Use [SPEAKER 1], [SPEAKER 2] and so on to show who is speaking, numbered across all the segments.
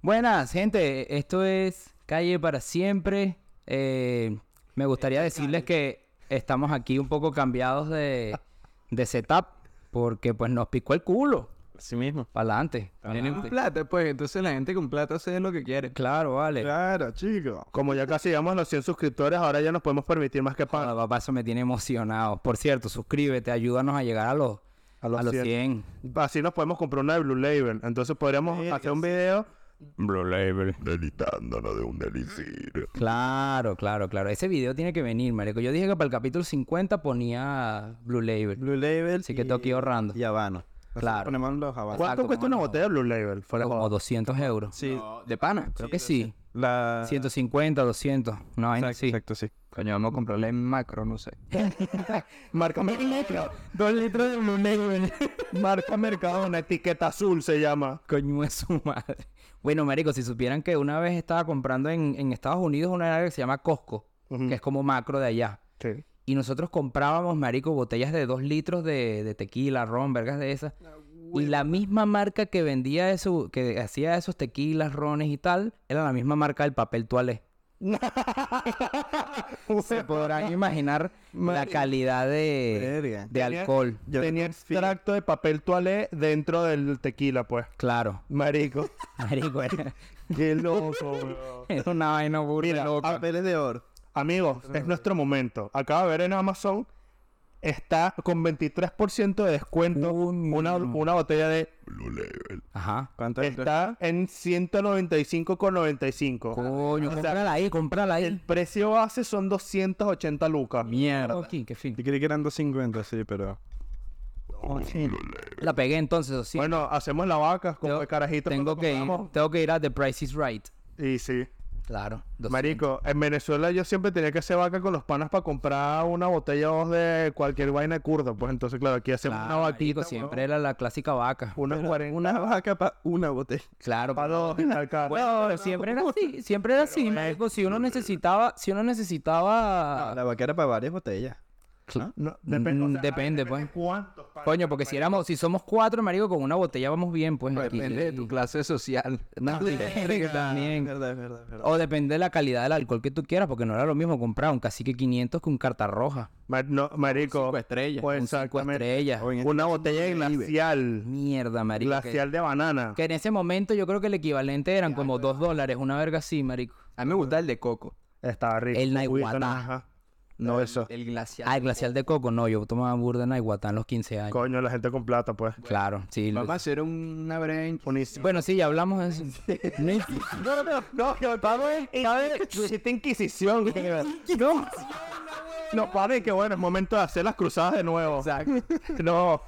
[SPEAKER 1] Buenas, gente. Esto es Calle para Siempre. Eh, me gustaría decirles que estamos aquí un poco cambiados de, de setup porque pues nos picó el culo.
[SPEAKER 2] Así mismo.
[SPEAKER 1] Para adelante.
[SPEAKER 3] Tenemos plata, pues. Entonces la gente con plata hace lo que quiere.
[SPEAKER 1] Claro, vale.
[SPEAKER 3] Claro, chico.
[SPEAKER 2] Como ya casi llegamos a los 100 suscriptores, ahora ya nos podemos permitir más que
[SPEAKER 1] Joda,
[SPEAKER 2] pan.
[SPEAKER 1] papá, eso me tiene emocionado. Por cierto, suscríbete, ayúdanos a llegar a los, a los, 100.
[SPEAKER 2] Así nos podemos comprar una de Blue Label. Entonces podríamos hacer un video. Blue Label. Delitándonos de un delicir.
[SPEAKER 1] Claro, claro, claro. Ese video tiene que venir, marico. Yo dije que para el capítulo 50 ponía Blue Label.
[SPEAKER 3] Blue Label.
[SPEAKER 1] Así que tengo que ir ahorrando.
[SPEAKER 3] Y Habano.
[SPEAKER 1] Claro.
[SPEAKER 3] Ponemos los habanos.
[SPEAKER 2] ¿Cuánto
[SPEAKER 1] Exacto,
[SPEAKER 2] cuesta
[SPEAKER 1] como
[SPEAKER 2] una
[SPEAKER 1] no.
[SPEAKER 2] botella de Blue Label? Fuera de
[SPEAKER 1] Como
[SPEAKER 2] joda.
[SPEAKER 1] 200 euros.
[SPEAKER 3] Sí.
[SPEAKER 1] ¿De pana? Creo que sí.
[SPEAKER 3] La...
[SPEAKER 1] 150, 200. No, vaina
[SPEAKER 3] Exacto,
[SPEAKER 1] así.
[SPEAKER 3] exacto, sí. Coño, vamos a comprarle en macro, no sé.
[SPEAKER 2] Márcame un litro. Dos litros de Blue Label. Marca Mercadona, etiqueta azul se llama.
[SPEAKER 1] Coño es su madre. Bueno, marico, si supieran que una vez estaba comprando en, en Estados Unidos una área que se llama Costco,
[SPEAKER 2] Ujú.
[SPEAKER 1] que es como macro de allá.
[SPEAKER 2] Sí.
[SPEAKER 1] Y nosotros comprábamos, marico, botellas de 2 litros de, de tequila, ron, vergas de esas. Y la misma marca que vendía eso, que hacía esos tequilas, rones y tal, era la misma marca del papel toalé. Se podrán imaginar la calidad de,
[SPEAKER 3] Eh, Verga.
[SPEAKER 1] de
[SPEAKER 2] Tenía-
[SPEAKER 1] alcohol.
[SPEAKER 3] Yo
[SPEAKER 2] Tenía
[SPEAKER 3] confío.
[SPEAKER 2] extracto de papel toalé dentro del tequila, pues.
[SPEAKER 1] Claro.
[SPEAKER 2] Marico.
[SPEAKER 1] Marico, era,
[SPEAKER 2] Qué loco, weón.
[SPEAKER 1] era una vaina burda loca.
[SPEAKER 3] Papeles de oro.
[SPEAKER 2] Amigos, es nuestro momento. Acaba de ver en Amazon. Está con 23% de descuento.
[SPEAKER 1] Coño.
[SPEAKER 2] Una, una botella de Blue Label.
[SPEAKER 1] Ajá.
[SPEAKER 3] ¿Cuánto es?
[SPEAKER 2] Está en 195,95.
[SPEAKER 1] Coño, cómprala ahí, cómprala ahí.
[SPEAKER 2] El precio base son 280 lucas.
[SPEAKER 1] Mierda. qué fin.
[SPEAKER 3] Yo creí que eran 250, sí, pero...
[SPEAKER 1] La pegué entonces, o sí.
[SPEAKER 2] Bueno, hacemos la vaca con
[SPEAKER 1] Yo
[SPEAKER 2] el carajito.
[SPEAKER 1] tengo
[SPEAKER 2] cuando
[SPEAKER 1] que, ir,
[SPEAKER 2] compramos.
[SPEAKER 1] tengo que ir a The Price is Right.
[SPEAKER 2] Y sí.
[SPEAKER 1] Claro. 200.
[SPEAKER 2] Marico, en Venezuela yo siempre tenía que hacer vaca con los panas para comprar una botella o dos de cualquier vaina kurda. Pues entonces, claro, aquí hacemos
[SPEAKER 1] Claro,
[SPEAKER 2] una vaquita.
[SPEAKER 1] marico, siempre era la clásica vaca.
[SPEAKER 2] Unas 40
[SPEAKER 3] Una vaca para una botella.
[SPEAKER 1] Claro.
[SPEAKER 2] para dos en la cara.
[SPEAKER 1] Bueno, siempre era así, siempre era así, marico. Si uno necesitaba, si uno
[SPEAKER 4] Ah.
[SPEAKER 1] necesitaba,
[SPEAKER 3] La vaca era para varias botellas.
[SPEAKER 1] Cla-
[SPEAKER 2] No,
[SPEAKER 1] Mm,
[SPEAKER 2] o sea,
[SPEAKER 1] depende, pues.
[SPEAKER 2] ¿Cuántos panes?
[SPEAKER 1] coño, porque si éramos, si somos cuatro, marico, con una botella vamos bien, pues. aquí.
[SPEAKER 3] clase social. No,
[SPEAKER 1] Sí,
[SPEAKER 3] Es
[SPEAKER 1] también.
[SPEAKER 3] verdad, es verdad, es verdad.
[SPEAKER 1] O depende de la calidad del alcohol que tú quieras, porque no era lo mismo comprar un cacique 500 que un carta roja.
[SPEAKER 2] Ma- no, marico.
[SPEAKER 3] Cinco estrellas.
[SPEAKER 2] Pues
[SPEAKER 1] Un cinco
[SPEAKER 2] exactamente.
[SPEAKER 1] estrellas.
[SPEAKER 3] Oye,
[SPEAKER 2] Una botella de glacial.
[SPEAKER 1] Mierda, marico. que-
[SPEAKER 2] Glacial de banana.
[SPEAKER 1] Que en ese momento yo creo que el equivalente eran como dos dólares, una verga así, marico.
[SPEAKER 4] A mí me gusta el de coco.
[SPEAKER 2] Estaba rico.
[SPEAKER 1] El
[SPEAKER 2] Juguito de
[SPEAKER 1] Naiguatá.
[SPEAKER 2] naranja. No, eso.
[SPEAKER 4] El glacial.
[SPEAKER 1] Ah, el glacial de coco, no, yo tomaba burda en Aiguatá en los 15 años.
[SPEAKER 2] Coño, la gente con plata, pues.
[SPEAKER 1] claro, sí. lo-
[SPEAKER 4] Vamos a hacer una breve...
[SPEAKER 2] Buenísimo.
[SPEAKER 1] Bueno, sí, ya hablamos de eso.
[SPEAKER 2] No, no, no, no, padre, hiciste Inquisición. No, no, padre, que bueno, es momento de hacer las cruzadas de nuevo. Exacto. No,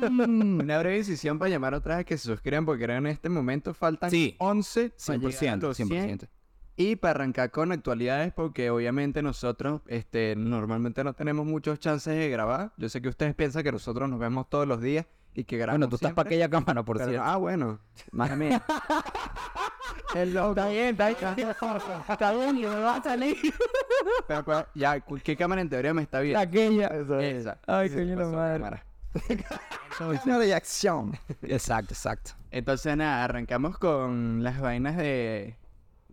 [SPEAKER 4] una breve decisión para llamar otra vez que se suscriban porque creo que en este momento faltan
[SPEAKER 1] Sí.
[SPEAKER 4] 11 para llegar a
[SPEAKER 1] 100%,
[SPEAKER 4] los 100.
[SPEAKER 1] 100%.
[SPEAKER 4] Y para arrancar con actualidades porque obviamente nosotros este, normalmente no tenemos muchos chances de grabar. Yo sé que ustedes piensan que nosotros nos vemos todos los días y que grabamos
[SPEAKER 1] Bueno, tú estás para
[SPEAKER 4] siempre,
[SPEAKER 1] aquella cámara, por
[SPEAKER 4] pero-
[SPEAKER 1] cierto.
[SPEAKER 4] Ah, bueno. Más
[SPEAKER 1] Está bien, está bien. Está bien, y me va a salir.
[SPEAKER 4] Pero, pues, ya, cu- ¿qué cámara en teoría me está viendo?
[SPEAKER 1] Aquella. Eh,
[SPEAKER 4] Esa.
[SPEAKER 1] Ay,
[SPEAKER 4] Sí, se
[SPEAKER 1] coño, la
[SPEAKER 4] pasó,
[SPEAKER 1] madre.
[SPEAKER 4] cámara.
[SPEAKER 3] una reacción.
[SPEAKER 1] Exacto, exacto.
[SPEAKER 4] Entonces, nada, arrancamos con las vainas de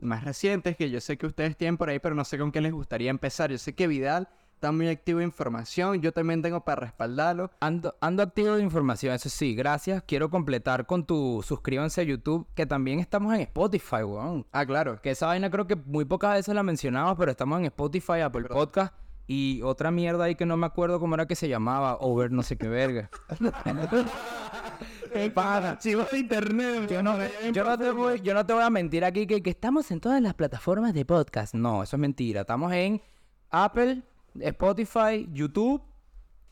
[SPEAKER 4] más recientes que yo sé que ustedes tienen por ahí, pero no sé con qué les gustaría empezar. Yo sé que Vidal está muy activo en información, yo también tengo para respaldarlo.
[SPEAKER 1] Ando, ando activo de información, eso sí, gracias. Quiero completar con tu suscríbanse a YouTube, que también estamos en Spotify, weón.
[SPEAKER 4] Ah, claro.
[SPEAKER 1] Que esa vaina creo que muy pocas veces la mencionamos, pero estamos en Spotify, Apple Podcast y otra mierda ahí que no me acuerdo cómo era que se llamaba, Over no sé qué verga.
[SPEAKER 2] para, chivos de internet. Yo no,
[SPEAKER 1] Yo no, te voy, yo no te voy a mentir aquí que, que estamos en todas las plataformas de podcast. No, eso es mentira. Estamos en Apple, Spotify, YouTube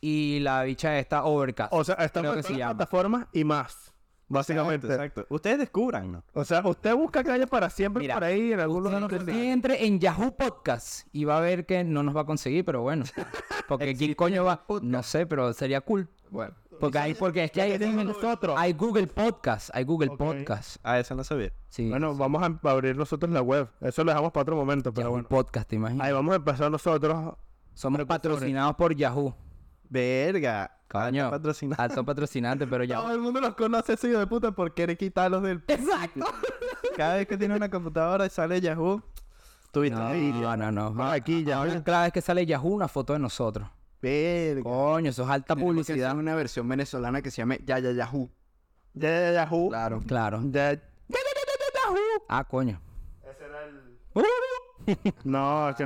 [SPEAKER 1] y la bicha esta Overcast.
[SPEAKER 2] O sea, estamos
[SPEAKER 1] Creo que
[SPEAKER 2] en
[SPEAKER 1] se
[SPEAKER 2] todas las
[SPEAKER 1] llama.
[SPEAKER 2] plataformas y más, básicamente.
[SPEAKER 3] Exacto. Ustedes descubran, ¿no?
[SPEAKER 2] O sea, usted busca calle para siempre
[SPEAKER 1] Mira,
[SPEAKER 2] por ahí en algún lugar.
[SPEAKER 1] Usted entre en Yahoo Podcast y va a ver que no nos va a conseguir, pero bueno. Porque quién coño va. No sé, pero sería cool.
[SPEAKER 4] Bueno,
[SPEAKER 1] Porque hay, porque es que hay,
[SPEAKER 2] nosotros.
[SPEAKER 1] hay Google Podcast, hay Google Podcast.
[SPEAKER 3] Ah, eso no sabía.
[SPEAKER 1] Sí.
[SPEAKER 2] Bueno, vamos a abrir nosotros la web. Eso lo dejamos para otro momento, pero
[SPEAKER 1] Yahoo
[SPEAKER 2] bueno.
[SPEAKER 1] Podcast, te imaginas.
[SPEAKER 2] Ahí vamos a empezar nosotros.
[SPEAKER 1] Somos patrocinados por Yahoo.
[SPEAKER 3] Verga.
[SPEAKER 1] Coño,
[SPEAKER 2] patrocinado.
[SPEAKER 1] alto patrocinante, Ah, pero ya.
[SPEAKER 2] Todo el mundo los conoce, ese hijo de puta, por querer quitarlos del.
[SPEAKER 1] Exacto.
[SPEAKER 2] Cada vez que tiene una computadora y sale Yahoo, tuviste
[SPEAKER 1] No,
[SPEAKER 2] ahí.
[SPEAKER 1] no, no. no.
[SPEAKER 2] Aquí ya.
[SPEAKER 1] Ahora cada vez que sale Yahoo una foto de nosotros.
[SPEAKER 2] Verga.
[SPEAKER 1] Coño, eso es alta
[SPEAKER 4] publicidad.
[SPEAKER 1] publicidad.
[SPEAKER 4] una versión venezolana que se llame Yaya Yahoo.
[SPEAKER 2] Ya, ya, Yahoo.
[SPEAKER 4] Claro.
[SPEAKER 1] Claro.
[SPEAKER 2] Ya-
[SPEAKER 1] Ah, coño.
[SPEAKER 2] No, es que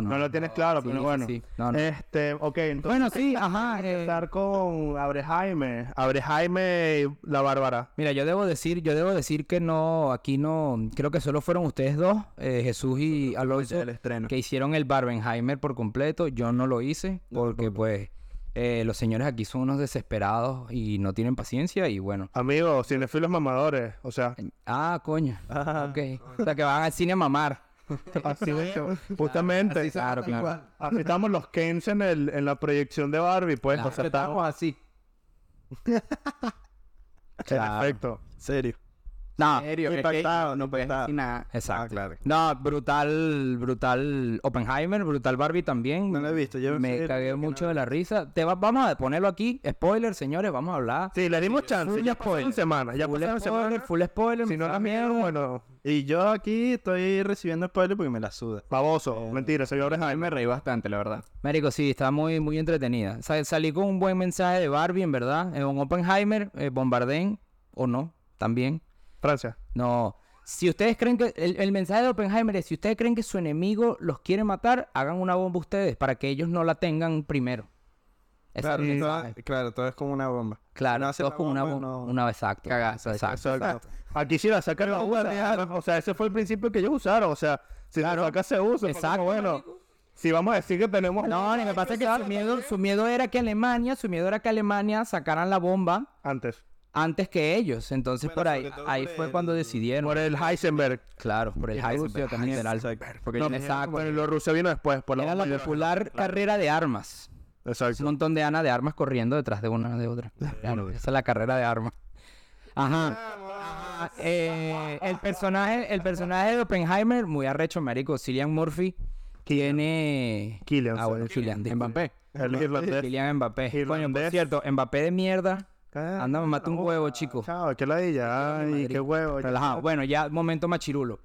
[SPEAKER 1] No, no.
[SPEAKER 2] lo tienes claro,
[SPEAKER 1] Sí,
[SPEAKER 2] pero
[SPEAKER 1] sí,
[SPEAKER 2] bueno.
[SPEAKER 1] sí. No, no.
[SPEAKER 2] Este, ok, entonces.
[SPEAKER 1] Bueno, sí, ajá. eh,
[SPEAKER 2] Estar con Abre Jaime. Abre Jaime y la Bárbara.
[SPEAKER 1] Mira, yo debo decir, yo debo decir que no, aquí no, creo que solo fueron ustedes dos, eh, Jesús y Alonso,
[SPEAKER 4] El estreno.
[SPEAKER 1] que hicieron el Barbenheimer por completo. Yo no lo hice porque, pues, eh, los señores aquí son unos desesperados y no tienen paciencia y bueno.
[SPEAKER 2] Amigos, cinefilos mamadores. O sea,
[SPEAKER 1] Ah, coño. Ok. O sea, que van al cine a mamar.
[SPEAKER 2] así Justamente. Así,
[SPEAKER 1] Claro, claro.
[SPEAKER 2] estamos los Kens en, el, en la proyección de Barbie, pues.
[SPEAKER 1] Claro.
[SPEAKER 2] o sea, estamos
[SPEAKER 3] así.
[SPEAKER 1] Claro.
[SPEAKER 2] perfecto.
[SPEAKER 3] Serio.
[SPEAKER 1] No,
[SPEAKER 4] En serio, es que-
[SPEAKER 3] Impactado, no impactado.
[SPEAKER 4] y nada.
[SPEAKER 1] exacto.
[SPEAKER 3] Ah,
[SPEAKER 1] No, brutal, brutal Oppenheimer, brutal Barbie también.
[SPEAKER 3] No lo he visto, yo
[SPEAKER 1] Me
[SPEAKER 3] sí,
[SPEAKER 1] cagué mucho de la risa. Te va- vamos a ponerlo aquí. Spoiler, señores, vamos a hablar.
[SPEAKER 2] Sí, le dimos chance.
[SPEAKER 1] full
[SPEAKER 2] Ya pasaron semanas. Ya
[SPEAKER 1] full
[SPEAKER 2] pasaron
[SPEAKER 1] spoiler,
[SPEAKER 2] semanas.
[SPEAKER 1] full spoiler.
[SPEAKER 2] Si no
[SPEAKER 1] mensaje.
[SPEAKER 2] las miedo, bueno.
[SPEAKER 3] Y yo aquí estoy recibiendo spoiler porque me la suda.
[SPEAKER 2] Baboso. Mentira, se vio Abre
[SPEAKER 4] A mí
[SPEAKER 2] Jaime.
[SPEAKER 4] me reí bastante, la verdad.
[SPEAKER 1] Marico, sí, está muy, muy entretenida. Sa- salí con un buen mensaje de Barbie, en verdad. Eh, un Oppenheimer, eh, Bombarden, o no, también.
[SPEAKER 2] Francia.
[SPEAKER 1] No. Si ustedes creen que. El, el mensaje de Oppenheimer es: si ustedes creen que su enemigo los quiere matar, hagan una bomba ustedes para que ellos no la tengan primero. Ese
[SPEAKER 3] Claro,
[SPEAKER 1] es el
[SPEAKER 3] todo,
[SPEAKER 1] mensaje.
[SPEAKER 3] claro, todo es como una bomba.
[SPEAKER 1] claro,
[SPEAKER 3] no hacer
[SPEAKER 1] todos
[SPEAKER 3] la
[SPEAKER 1] con una
[SPEAKER 3] bomba,
[SPEAKER 1] bomba.
[SPEAKER 3] no-
[SPEAKER 1] Una exacto.
[SPEAKER 4] Cagazo,
[SPEAKER 1] Ah, exacto.
[SPEAKER 2] Exacto. Aquí si la sacan la usan. O sea, ese fue el principio que ellos usaron. O sea, si la sacan se usa.
[SPEAKER 1] Exacto,
[SPEAKER 2] Exacto. Bueno, si vamos a decir que tenemos.
[SPEAKER 1] No, ni me pasa que su miedo, su miedo era que Alemania, su miedo era que Alemania sacaran la bomba
[SPEAKER 2] Antes.
[SPEAKER 1] antes que ellos. Entonces
[SPEAKER 3] Bueno,
[SPEAKER 1] por ahí,
[SPEAKER 3] sobre todo
[SPEAKER 1] ahí
[SPEAKER 3] por
[SPEAKER 1] fue
[SPEAKER 3] el-
[SPEAKER 1] cuando decidieron.
[SPEAKER 2] Por el Heisenberg.
[SPEAKER 1] Claro, por el Heisenberg también general.
[SPEAKER 4] Porque
[SPEAKER 1] No,
[SPEAKER 4] yo-
[SPEAKER 1] exacto.
[SPEAKER 2] Bueno, y lo ruso vino después. Por la
[SPEAKER 1] Era la
[SPEAKER 2] bomba.
[SPEAKER 1] popular carrera de armas. Un
[SPEAKER 2] Exacto.
[SPEAKER 1] montón de Ana de armas corriendo detrás de una de otra. Claro, esa es la carrera de armas. Ajá. Ajá, eh, el personaje, el personaje de Oppenheimer, muy arrecho, marico. Cillian Murphy tiene.
[SPEAKER 2] Killian,
[SPEAKER 1] Ah,
[SPEAKER 2] sí.
[SPEAKER 1] bueno, Cillian.
[SPEAKER 4] Mbappé.
[SPEAKER 2] El irlandés.
[SPEAKER 1] Kylian Mbappé. Coño, por
[SPEAKER 2] Irlandés.
[SPEAKER 1] cierto, Mbappé de mierda.
[SPEAKER 2] Cállate
[SPEAKER 1] Anda, me mata un
[SPEAKER 2] la
[SPEAKER 1] huevo,
[SPEAKER 2] boca.
[SPEAKER 1] chico.
[SPEAKER 2] Chao, qué ladilla. Ay, qué huevo.
[SPEAKER 1] Relajado. Bueno, ya momento machirulo.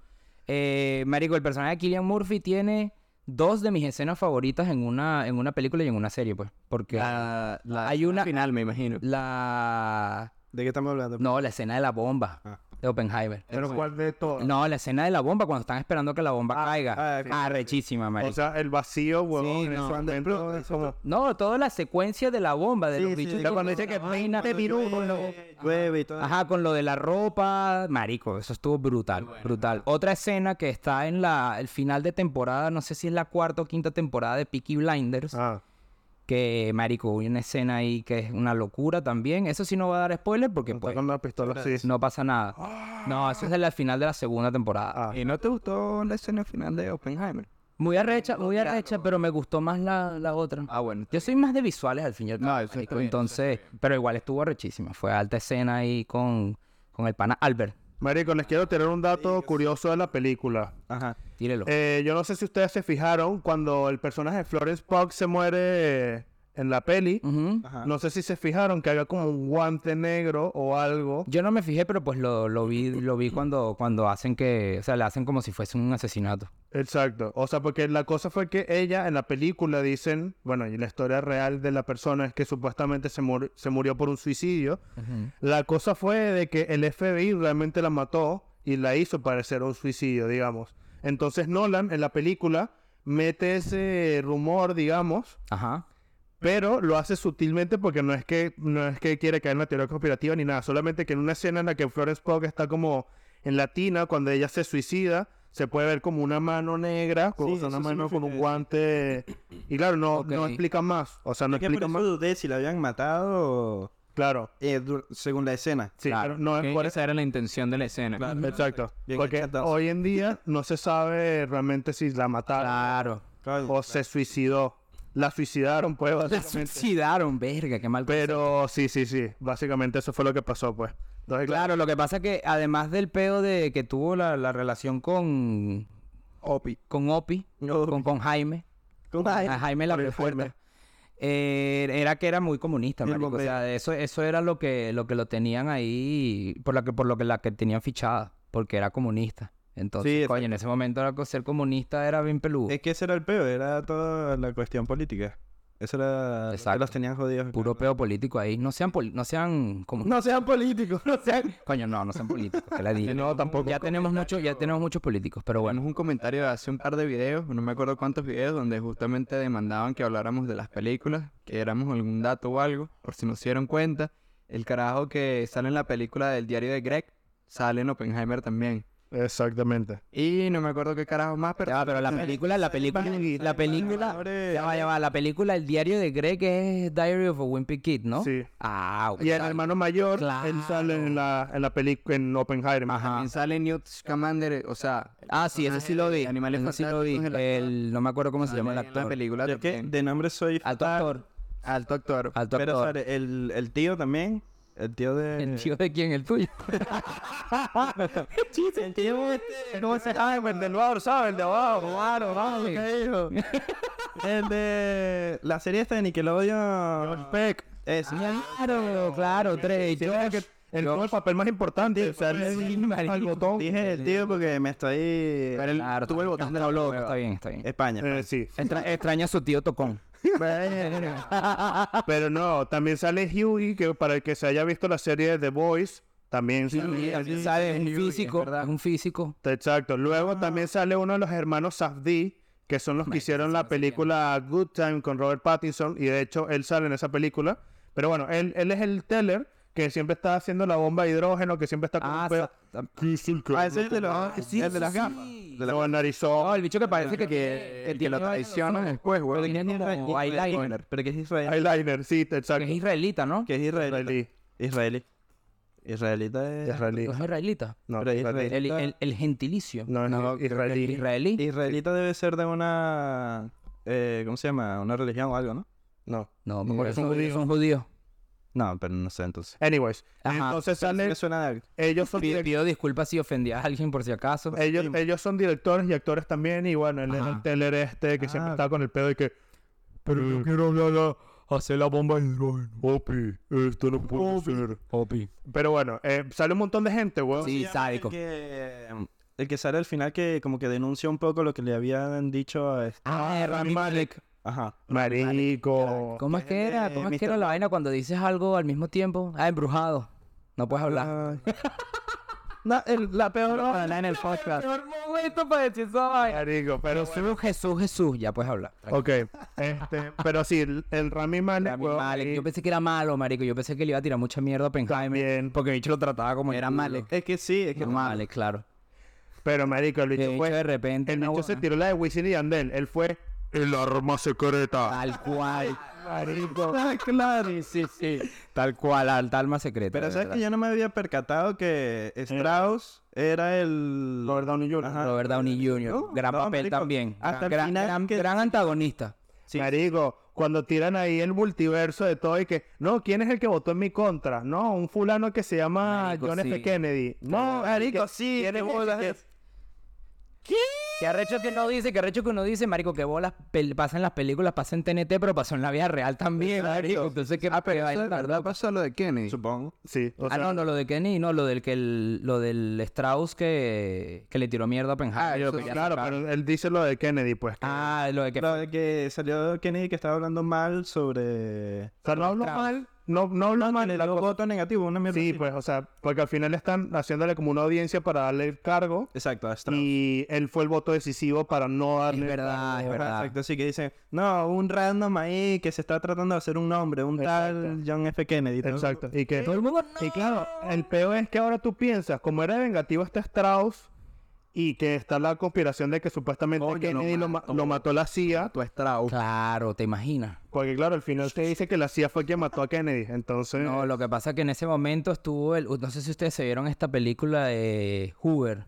[SPEAKER 1] Eh, marico, el personaje de Killian Murphy tiene dos de mis escenas favoritas en una, en una película y en una serie, pues. Porque
[SPEAKER 4] La, la-
[SPEAKER 1] Hay una-
[SPEAKER 4] final, me imagino.
[SPEAKER 1] la...
[SPEAKER 3] ¿De qué estamos hablando?
[SPEAKER 1] No, la escena de la bomba
[SPEAKER 3] Ah.
[SPEAKER 1] de Oppenheimer.
[SPEAKER 2] Pero cuál de todos.
[SPEAKER 1] No, la escena de la bomba cuando están esperando que la bomba caiga.
[SPEAKER 3] ah, sí, sí, sí.
[SPEAKER 1] Arrechísima, marico.
[SPEAKER 2] O sea, el vacío, huevón.
[SPEAKER 1] Sí,
[SPEAKER 2] en ese
[SPEAKER 1] no.
[SPEAKER 2] momento es como-
[SPEAKER 1] no, toda la secuencia de la bomba, de los bichos.
[SPEAKER 3] cuando dice que
[SPEAKER 1] peina
[SPEAKER 3] peínate llueve, Eh, llueve y todo.
[SPEAKER 1] Ajá, con lo de la ropa, marico, eso estuvo brutal, brutal. Otra escena que está en la el final de temporada, no sé si es la cuarta o quinta temporada de Peaky Blinders,
[SPEAKER 2] Ah,
[SPEAKER 1] que marico, hay una escena ahí que es una locura también. Eso sí no va a dar spoiler porque
[SPEAKER 2] está
[SPEAKER 1] pues,
[SPEAKER 2] con una pistola así.
[SPEAKER 1] no pasa nada.
[SPEAKER 4] Ah.
[SPEAKER 1] No, eso es el final de la segunda temporada.
[SPEAKER 2] Ah.
[SPEAKER 4] ¿Y no te gustó la escena final de Oppenheimer?
[SPEAKER 1] Muy arrecha, muy arrecha, pero me gustó más la, la otra.
[SPEAKER 4] Ah, bueno.
[SPEAKER 1] Yo soy más de visuales al fin y al cabo,
[SPEAKER 4] No, eso está
[SPEAKER 1] marico,
[SPEAKER 4] bien, eso
[SPEAKER 1] entonces, pero igual estuvo arrechísima. Fue alta escena ahí con, con el pana Albert.
[SPEAKER 2] Marico, les quiero tener un dato curioso de la película.
[SPEAKER 3] Ajá.
[SPEAKER 1] Tírelo.
[SPEAKER 2] Eh, yo no sé si ustedes se fijaron cuando el personaje de Florence Pugh se muere eh, en la peli.
[SPEAKER 1] Ujú.
[SPEAKER 3] Ajá.
[SPEAKER 2] No sé si se fijaron que había como un guante negro o algo.
[SPEAKER 1] Yo no me fijé, pero pues lo, lo vi, lo vi cuando, cuando hacen que, o sea, le hacen como si fuese un asesinato.
[SPEAKER 2] Exacto. O sea, porque la cosa fue que ella en la película dicen, bueno, y la historia real de la persona es que supuestamente se, mur- se murió por un suicidio. La cosa fue de que el FBI realmente la mató y la hizo parecer un suicidio, digamos. Entonces Nolan en la película mete ese rumor, digamos,
[SPEAKER 1] Ajá.
[SPEAKER 2] pero lo hace sutilmente porque no es que no es que quiere caer en la teoría conspirativa ni nada, solamente que en una escena en la que Florence Pugh está como en la tina cuando ella se suicida, se puede ver como una mano negra, con,
[SPEAKER 3] Sí,
[SPEAKER 2] o sea, una
[SPEAKER 3] eso sí me
[SPEAKER 2] mano con un
[SPEAKER 3] fijé.
[SPEAKER 2] guante y claro, no no
[SPEAKER 1] Ok.
[SPEAKER 2] explica más, o sea, no
[SPEAKER 3] Es que por
[SPEAKER 2] explica
[SPEAKER 3] eso
[SPEAKER 2] más.
[SPEAKER 3] dudé si la habían matado
[SPEAKER 2] Claro.
[SPEAKER 3] eh, du- según la escena.
[SPEAKER 2] Sí,
[SPEAKER 1] Claro,
[SPEAKER 2] claro, no es
[SPEAKER 4] Que
[SPEAKER 2] por-
[SPEAKER 4] esa era la intención de la escena.
[SPEAKER 2] Exacto.
[SPEAKER 3] Bien
[SPEAKER 2] Porque
[SPEAKER 3] cachetazo.
[SPEAKER 2] hoy en día no se sabe realmente si la mataron
[SPEAKER 1] Claro.
[SPEAKER 3] Claro.
[SPEAKER 2] o se suicidó. La suicidaron, pues,
[SPEAKER 1] La
[SPEAKER 2] básicamente.
[SPEAKER 1] suicidaron, verga, qué mal.
[SPEAKER 2] Pero sí, sí, sí. Básicamente eso fue lo que pasó, pues. Entonces,
[SPEAKER 1] Claro, lo que pasa es que además del peo de que tuvo la, la relación con,
[SPEAKER 3] Opi.
[SPEAKER 1] con Opi,
[SPEAKER 3] No,
[SPEAKER 1] con, con Jaime,
[SPEAKER 3] con-
[SPEAKER 1] a Jaime la
[SPEAKER 2] Con el
[SPEAKER 1] refuerza.
[SPEAKER 2] Jaime.
[SPEAKER 1] eh, era que era muy comunista,
[SPEAKER 2] El
[SPEAKER 1] marico. O sea, eso, eso era lo que, lo que lo tenían ahí, por la que, por lo que la que tenían fichada, porque era comunista. Entonces,
[SPEAKER 5] Sí,
[SPEAKER 1] coño, en ese momento era, co- ser comunista era bien peludo.
[SPEAKER 5] Es que ese era el peo, era toda la cuestión política. Eso era. que
[SPEAKER 1] Exacto.
[SPEAKER 5] Los tenían jodidos.
[SPEAKER 1] Puro peo político ahí. No sean, poli- no sean comunistas.
[SPEAKER 2] No sean políticos, no sean.
[SPEAKER 1] Coño, no, no sean políticos. que la diga.
[SPEAKER 2] No, tampoco.
[SPEAKER 1] ya tenemos muchos, ya tenemos muchos políticos, pero bueno.
[SPEAKER 4] Tenemos un comentario de hace un par de videos, no me acuerdo cuántos videos, donde justamente demandaban que habláramos de las películas, que éramos algún dato o algo, por si no se dieron cuenta. El carajo que sale en la película del diario de Greg, sale en Oppenheimer también.
[SPEAKER 2] Exactamente.
[SPEAKER 4] Y no me acuerdo qué carajo más, pero...
[SPEAKER 1] Ya va, pero la película, la película, la película, ya va, ya va, la película, el diario de Greg es Diary of a Wimpy Kid, ¿no?
[SPEAKER 2] Sí.
[SPEAKER 1] Ah, ok.
[SPEAKER 2] Y el hermano mayor, él sale en la, en la película, en Oppenheimer. Ah,
[SPEAKER 4] También sale Newt Scamander, o sea... Ah. el
[SPEAKER 1] Ah, sí, eso sí lo vi.
[SPEAKER 4] Animales
[SPEAKER 1] eso sí lo vi.
[SPEAKER 4] fantásticos, el actor.
[SPEAKER 1] El, no me acuerdo cómo se
[SPEAKER 4] sale
[SPEAKER 1] llama
[SPEAKER 4] en
[SPEAKER 1] el
[SPEAKER 4] La
[SPEAKER 1] actor.
[SPEAKER 4] película
[SPEAKER 5] Yo que
[SPEAKER 4] también.
[SPEAKER 5] de nombre soy.
[SPEAKER 1] Alto
[SPEAKER 5] fan,
[SPEAKER 1] actor.
[SPEAKER 4] Alto actor.
[SPEAKER 1] Alto
[SPEAKER 5] Pero
[SPEAKER 1] actor.
[SPEAKER 5] sale el, el tío también. El tío de.
[SPEAKER 1] ¿El tío de quién? ¿El tuyo?
[SPEAKER 5] El tío este. ¿Cómo se llama? El del bar, ¿sabes? El de abajo. Claro, vamos,
[SPEAKER 1] Sí.
[SPEAKER 5] ¿qué dijo? El de. La serie esta de Nickelodeon. George Peck. Eso.
[SPEAKER 1] Claro, claro, tres.
[SPEAKER 2] Sí, es que el, el papel más importante, o sea, el, al botón.
[SPEAKER 5] Dije el tío porque me estoy.
[SPEAKER 4] Pero él
[SPEAKER 1] Claro,
[SPEAKER 4] tuvo el botón de la
[SPEAKER 1] loco.
[SPEAKER 4] hueva.
[SPEAKER 1] Está bien, está bien.
[SPEAKER 5] España.
[SPEAKER 2] Eh, sí.
[SPEAKER 1] Extra- extraña a su tío Tocón.
[SPEAKER 2] Pero no, también sale Huey, que para el que se haya visto la serie de The Boys, también sale.
[SPEAKER 1] También sabe, es un físico, es un físico.
[SPEAKER 2] Exacto. Luego
[SPEAKER 1] Ah.
[SPEAKER 2] también sale uno de los hermanos Safdie, que son los que hicieron la película Good Time con Robert Pattinson, y de hecho él sale en esa película. Pero bueno, él, él es el teller que siempre está haciendo la bomba de hidrógeno, que siempre está con
[SPEAKER 1] Ah,
[SPEAKER 2] un peo-
[SPEAKER 1] sa-
[SPEAKER 5] Ah, ese es de los. el de las gafas.
[SPEAKER 2] se lo narizó.
[SPEAKER 1] No, Oh, el bicho que parece que,
[SPEAKER 4] que, que lo traicionan después,
[SPEAKER 1] Pero
[SPEAKER 4] güey.
[SPEAKER 1] tiene como eyeliner.
[SPEAKER 5] Pero que es israelí.
[SPEAKER 2] Eyeliner, sí,
[SPEAKER 1] Que es
[SPEAKER 2] exacto.
[SPEAKER 1] israelita, ¿no?
[SPEAKER 5] Que es israelí.
[SPEAKER 2] Israelí.
[SPEAKER 5] Israelí. Israelita es.
[SPEAKER 2] Israelí.
[SPEAKER 1] No es israelita.
[SPEAKER 2] No,
[SPEAKER 5] Pero es
[SPEAKER 2] israelí.
[SPEAKER 5] israelí.
[SPEAKER 1] El, el- el gentilicio.
[SPEAKER 2] No, es israelí.
[SPEAKER 1] ¿Israelí?
[SPEAKER 5] Israelita debe ser de una. eh, ¿Cómo se llama? Una religión o algo, ¿no?
[SPEAKER 2] No.
[SPEAKER 1] No, me acuerdo.
[SPEAKER 2] son
[SPEAKER 1] Son judíos.
[SPEAKER 2] judíos.
[SPEAKER 1] Son judíos.
[SPEAKER 5] No, pero no sé entonces.
[SPEAKER 2] Anyways,
[SPEAKER 1] Ajá.
[SPEAKER 2] entonces
[SPEAKER 5] Sí
[SPEAKER 2] sale,
[SPEAKER 5] me suena de-
[SPEAKER 2] ellos son
[SPEAKER 1] Pido,
[SPEAKER 2] direct-
[SPEAKER 1] pido disculpas si ofendí a alguien por si acaso.
[SPEAKER 2] ellos, ellos son directores y actores también, y bueno, él es el
[SPEAKER 1] Ajá.
[SPEAKER 2] teller este que siempre
[SPEAKER 5] Ah.
[SPEAKER 2] está con el pedo y que pero yo
[SPEAKER 6] quiero hablar a hacer la bomba de hidrógeno. Opi, esto no puede ser.
[SPEAKER 1] Opi.
[SPEAKER 2] Pero bueno, eh, sale un montón de gente, weón.
[SPEAKER 1] Sí, sádico.
[SPEAKER 5] El que, el que sale al final que como que denuncia un poco lo que le habían dicho a este.
[SPEAKER 1] Ah, Rami Malek.
[SPEAKER 5] Ajá.
[SPEAKER 2] Marico.
[SPEAKER 1] ¿Cómo es que
[SPEAKER 5] es el
[SPEAKER 1] era?
[SPEAKER 5] de
[SPEAKER 1] ¿Cómo es que
[SPEAKER 5] Mr.
[SPEAKER 1] era la vaina cuando dices algo al mismo tiempo? Ah, embrujado. No puedes hablar.
[SPEAKER 5] Ay. No, el- la peor.
[SPEAKER 1] en el podcast. momento para decir esa vaina.
[SPEAKER 2] Marico, pero sí.
[SPEAKER 1] Jesús, Jesús, Jesús. Ya puedes hablar.
[SPEAKER 2] Ok, este, pero sí, el, el Rami Malek,
[SPEAKER 1] Rami
[SPEAKER 2] weón, eh,
[SPEAKER 1] Malek.
[SPEAKER 2] ahí
[SPEAKER 1] Yo
[SPEAKER 5] eh.
[SPEAKER 1] pensé que era malo, marico. Yo pensé que le iba a tirar mucha mierda a Oppenheimer.
[SPEAKER 2] también.
[SPEAKER 1] Porque el bicho lo trataba como... el
[SPEAKER 4] Era
[SPEAKER 1] culo.
[SPEAKER 4] Malek.
[SPEAKER 5] Es que sí, es que
[SPEAKER 1] Era Malek, claro.
[SPEAKER 2] Pero marico, el
[SPEAKER 1] Y el
[SPEAKER 2] bicho
[SPEAKER 1] bicho
[SPEAKER 2] fue,
[SPEAKER 1] de repente...
[SPEAKER 2] el
[SPEAKER 1] una
[SPEAKER 2] bicho se tiró la de Wisin y Yandel, él fue
[SPEAKER 6] El arma secreta.
[SPEAKER 1] Tal cual,
[SPEAKER 2] marico.
[SPEAKER 5] Ah, claro. sí, sí.
[SPEAKER 1] tal cual, alta alma secreta.
[SPEAKER 5] Pero
[SPEAKER 1] de
[SPEAKER 5] sabes
[SPEAKER 1] verdad.
[SPEAKER 5] que yo no me había percatado que Strauss era el.
[SPEAKER 2] Robert Downey Jr.
[SPEAKER 5] Ajá.
[SPEAKER 1] Robert Downey Jr.
[SPEAKER 5] No,
[SPEAKER 1] gran
[SPEAKER 5] no,
[SPEAKER 1] papel
[SPEAKER 5] marico,
[SPEAKER 1] también.
[SPEAKER 5] hasta el
[SPEAKER 1] gran,
[SPEAKER 5] final
[SPEAKER 1] gran-
[SPEAKER 5] que-
[SPEAKER 1] gran antagonista.
[SPEAKER 5] Sí.
[SPEAKER 2] Marico, cuando tiran ahí el multiverso de todo y que, no, ¿quién es el que votó en mi contra? No, un fulano que se llama
[SPEAKER 1] Marico,
[SPEAKER 2] John F.
[SPEAKER 1] sí.
[SPEAKER 2] Kennedy. No, Marico, sí,
[SPEAKER 5] qué bolas es.
[SPEAKER 1] Que arrecho que no dice, que arrecho que no dice, marico, que bolas pel- pasan las películas, pasa en TNT, pero pasó en la vida real también, marico. Entonces, ¿qué
[SPEAKER 4] Ah, pero
[SPEAKER 1] qué
[SPEAKER 4] eso de
[SPEAKER 1] vaina tan
[SPEAKER 4] verdad
[SPEAKER 1] loca?
[SPEAKER 4] pasó lo de Kenny.
[SPEAKER 5] Supongo.
[SPEAKER 2] Sí, o
[SPEAKER 1] Ah,
[SPEAKER 2] sea,
[SPEAKER 1] no, no, lo de Kenny, no, lo del que el- lo del Strauss que, que le tiró mierda a Oppenheimer. y lo
[SPEAKER 4] eso
[SPEAKER 1] Ah, quería
[SPEAKER 2] ah, claro,
[SPEAKER 1] sacar.
[SPEAKER 2] pero él dice lo de Kennedy, pues. que-
[SPEAKER 1] Ah, lo de que
[SPEAKER 5] Lo de que salió Kennedy que estaba hablando mal sobre.
[SPEAKER 2] o sea, no hablo
[SPEAKER 1] Strauss.
[SPEAKER 2] mal, no, no hablo mal.
[SPEAKER 5] El
[SPEAKER 2] la cosa-
[SPEAKER 5] voto negativo, una mierda.
[SPEAKER 2] Sí,
[SPEAKER 5] así.
[SPEAKER 2] pues, o sea, porque al final están haciéndole como una audiencia para darle el cargo
[SPEAKER 5] Exacto, a Strauss.
[SPEAKER 2] y él fue el voto decisivo para no
[SPEAKER 1] es
[SPEAKER 2] darle.
[SPEAKER 1] verdad, es
[SPEAKER 5] Ajá,
[SPEAKER 1] verdad.
[SPEAKER 5] Exacto, sí que dicen, no, un random ahí que se está tratando de hacer un nombre, un tal John F. Kennedy. ¿no?
[SPEAKER 2] Exacto. Y que
[SPEAKER 1] Todo el mundo,
[SPEAKER 2] Y claro, el peor es que ahora tú piensas, como era vengativo este Strauss y que está la conspiración de que supuestamente
[SPEAKER 4] Coño, lo
[SPEAKER 2] Kennedy lo, ma- lo mató la CIA,
[SPEAKER 4] Tu estrado.
[SPEAKER 1] Claro, te imaginas.
[SPEAKER 2] porque claro, al final se dice que la CIA fue quien mató a Kennedy, entonces...
[SPEAKER 1] No, lo que pasa es que en ese momento estuvo el. No sé si ustedes se vieron esta película de Hoover,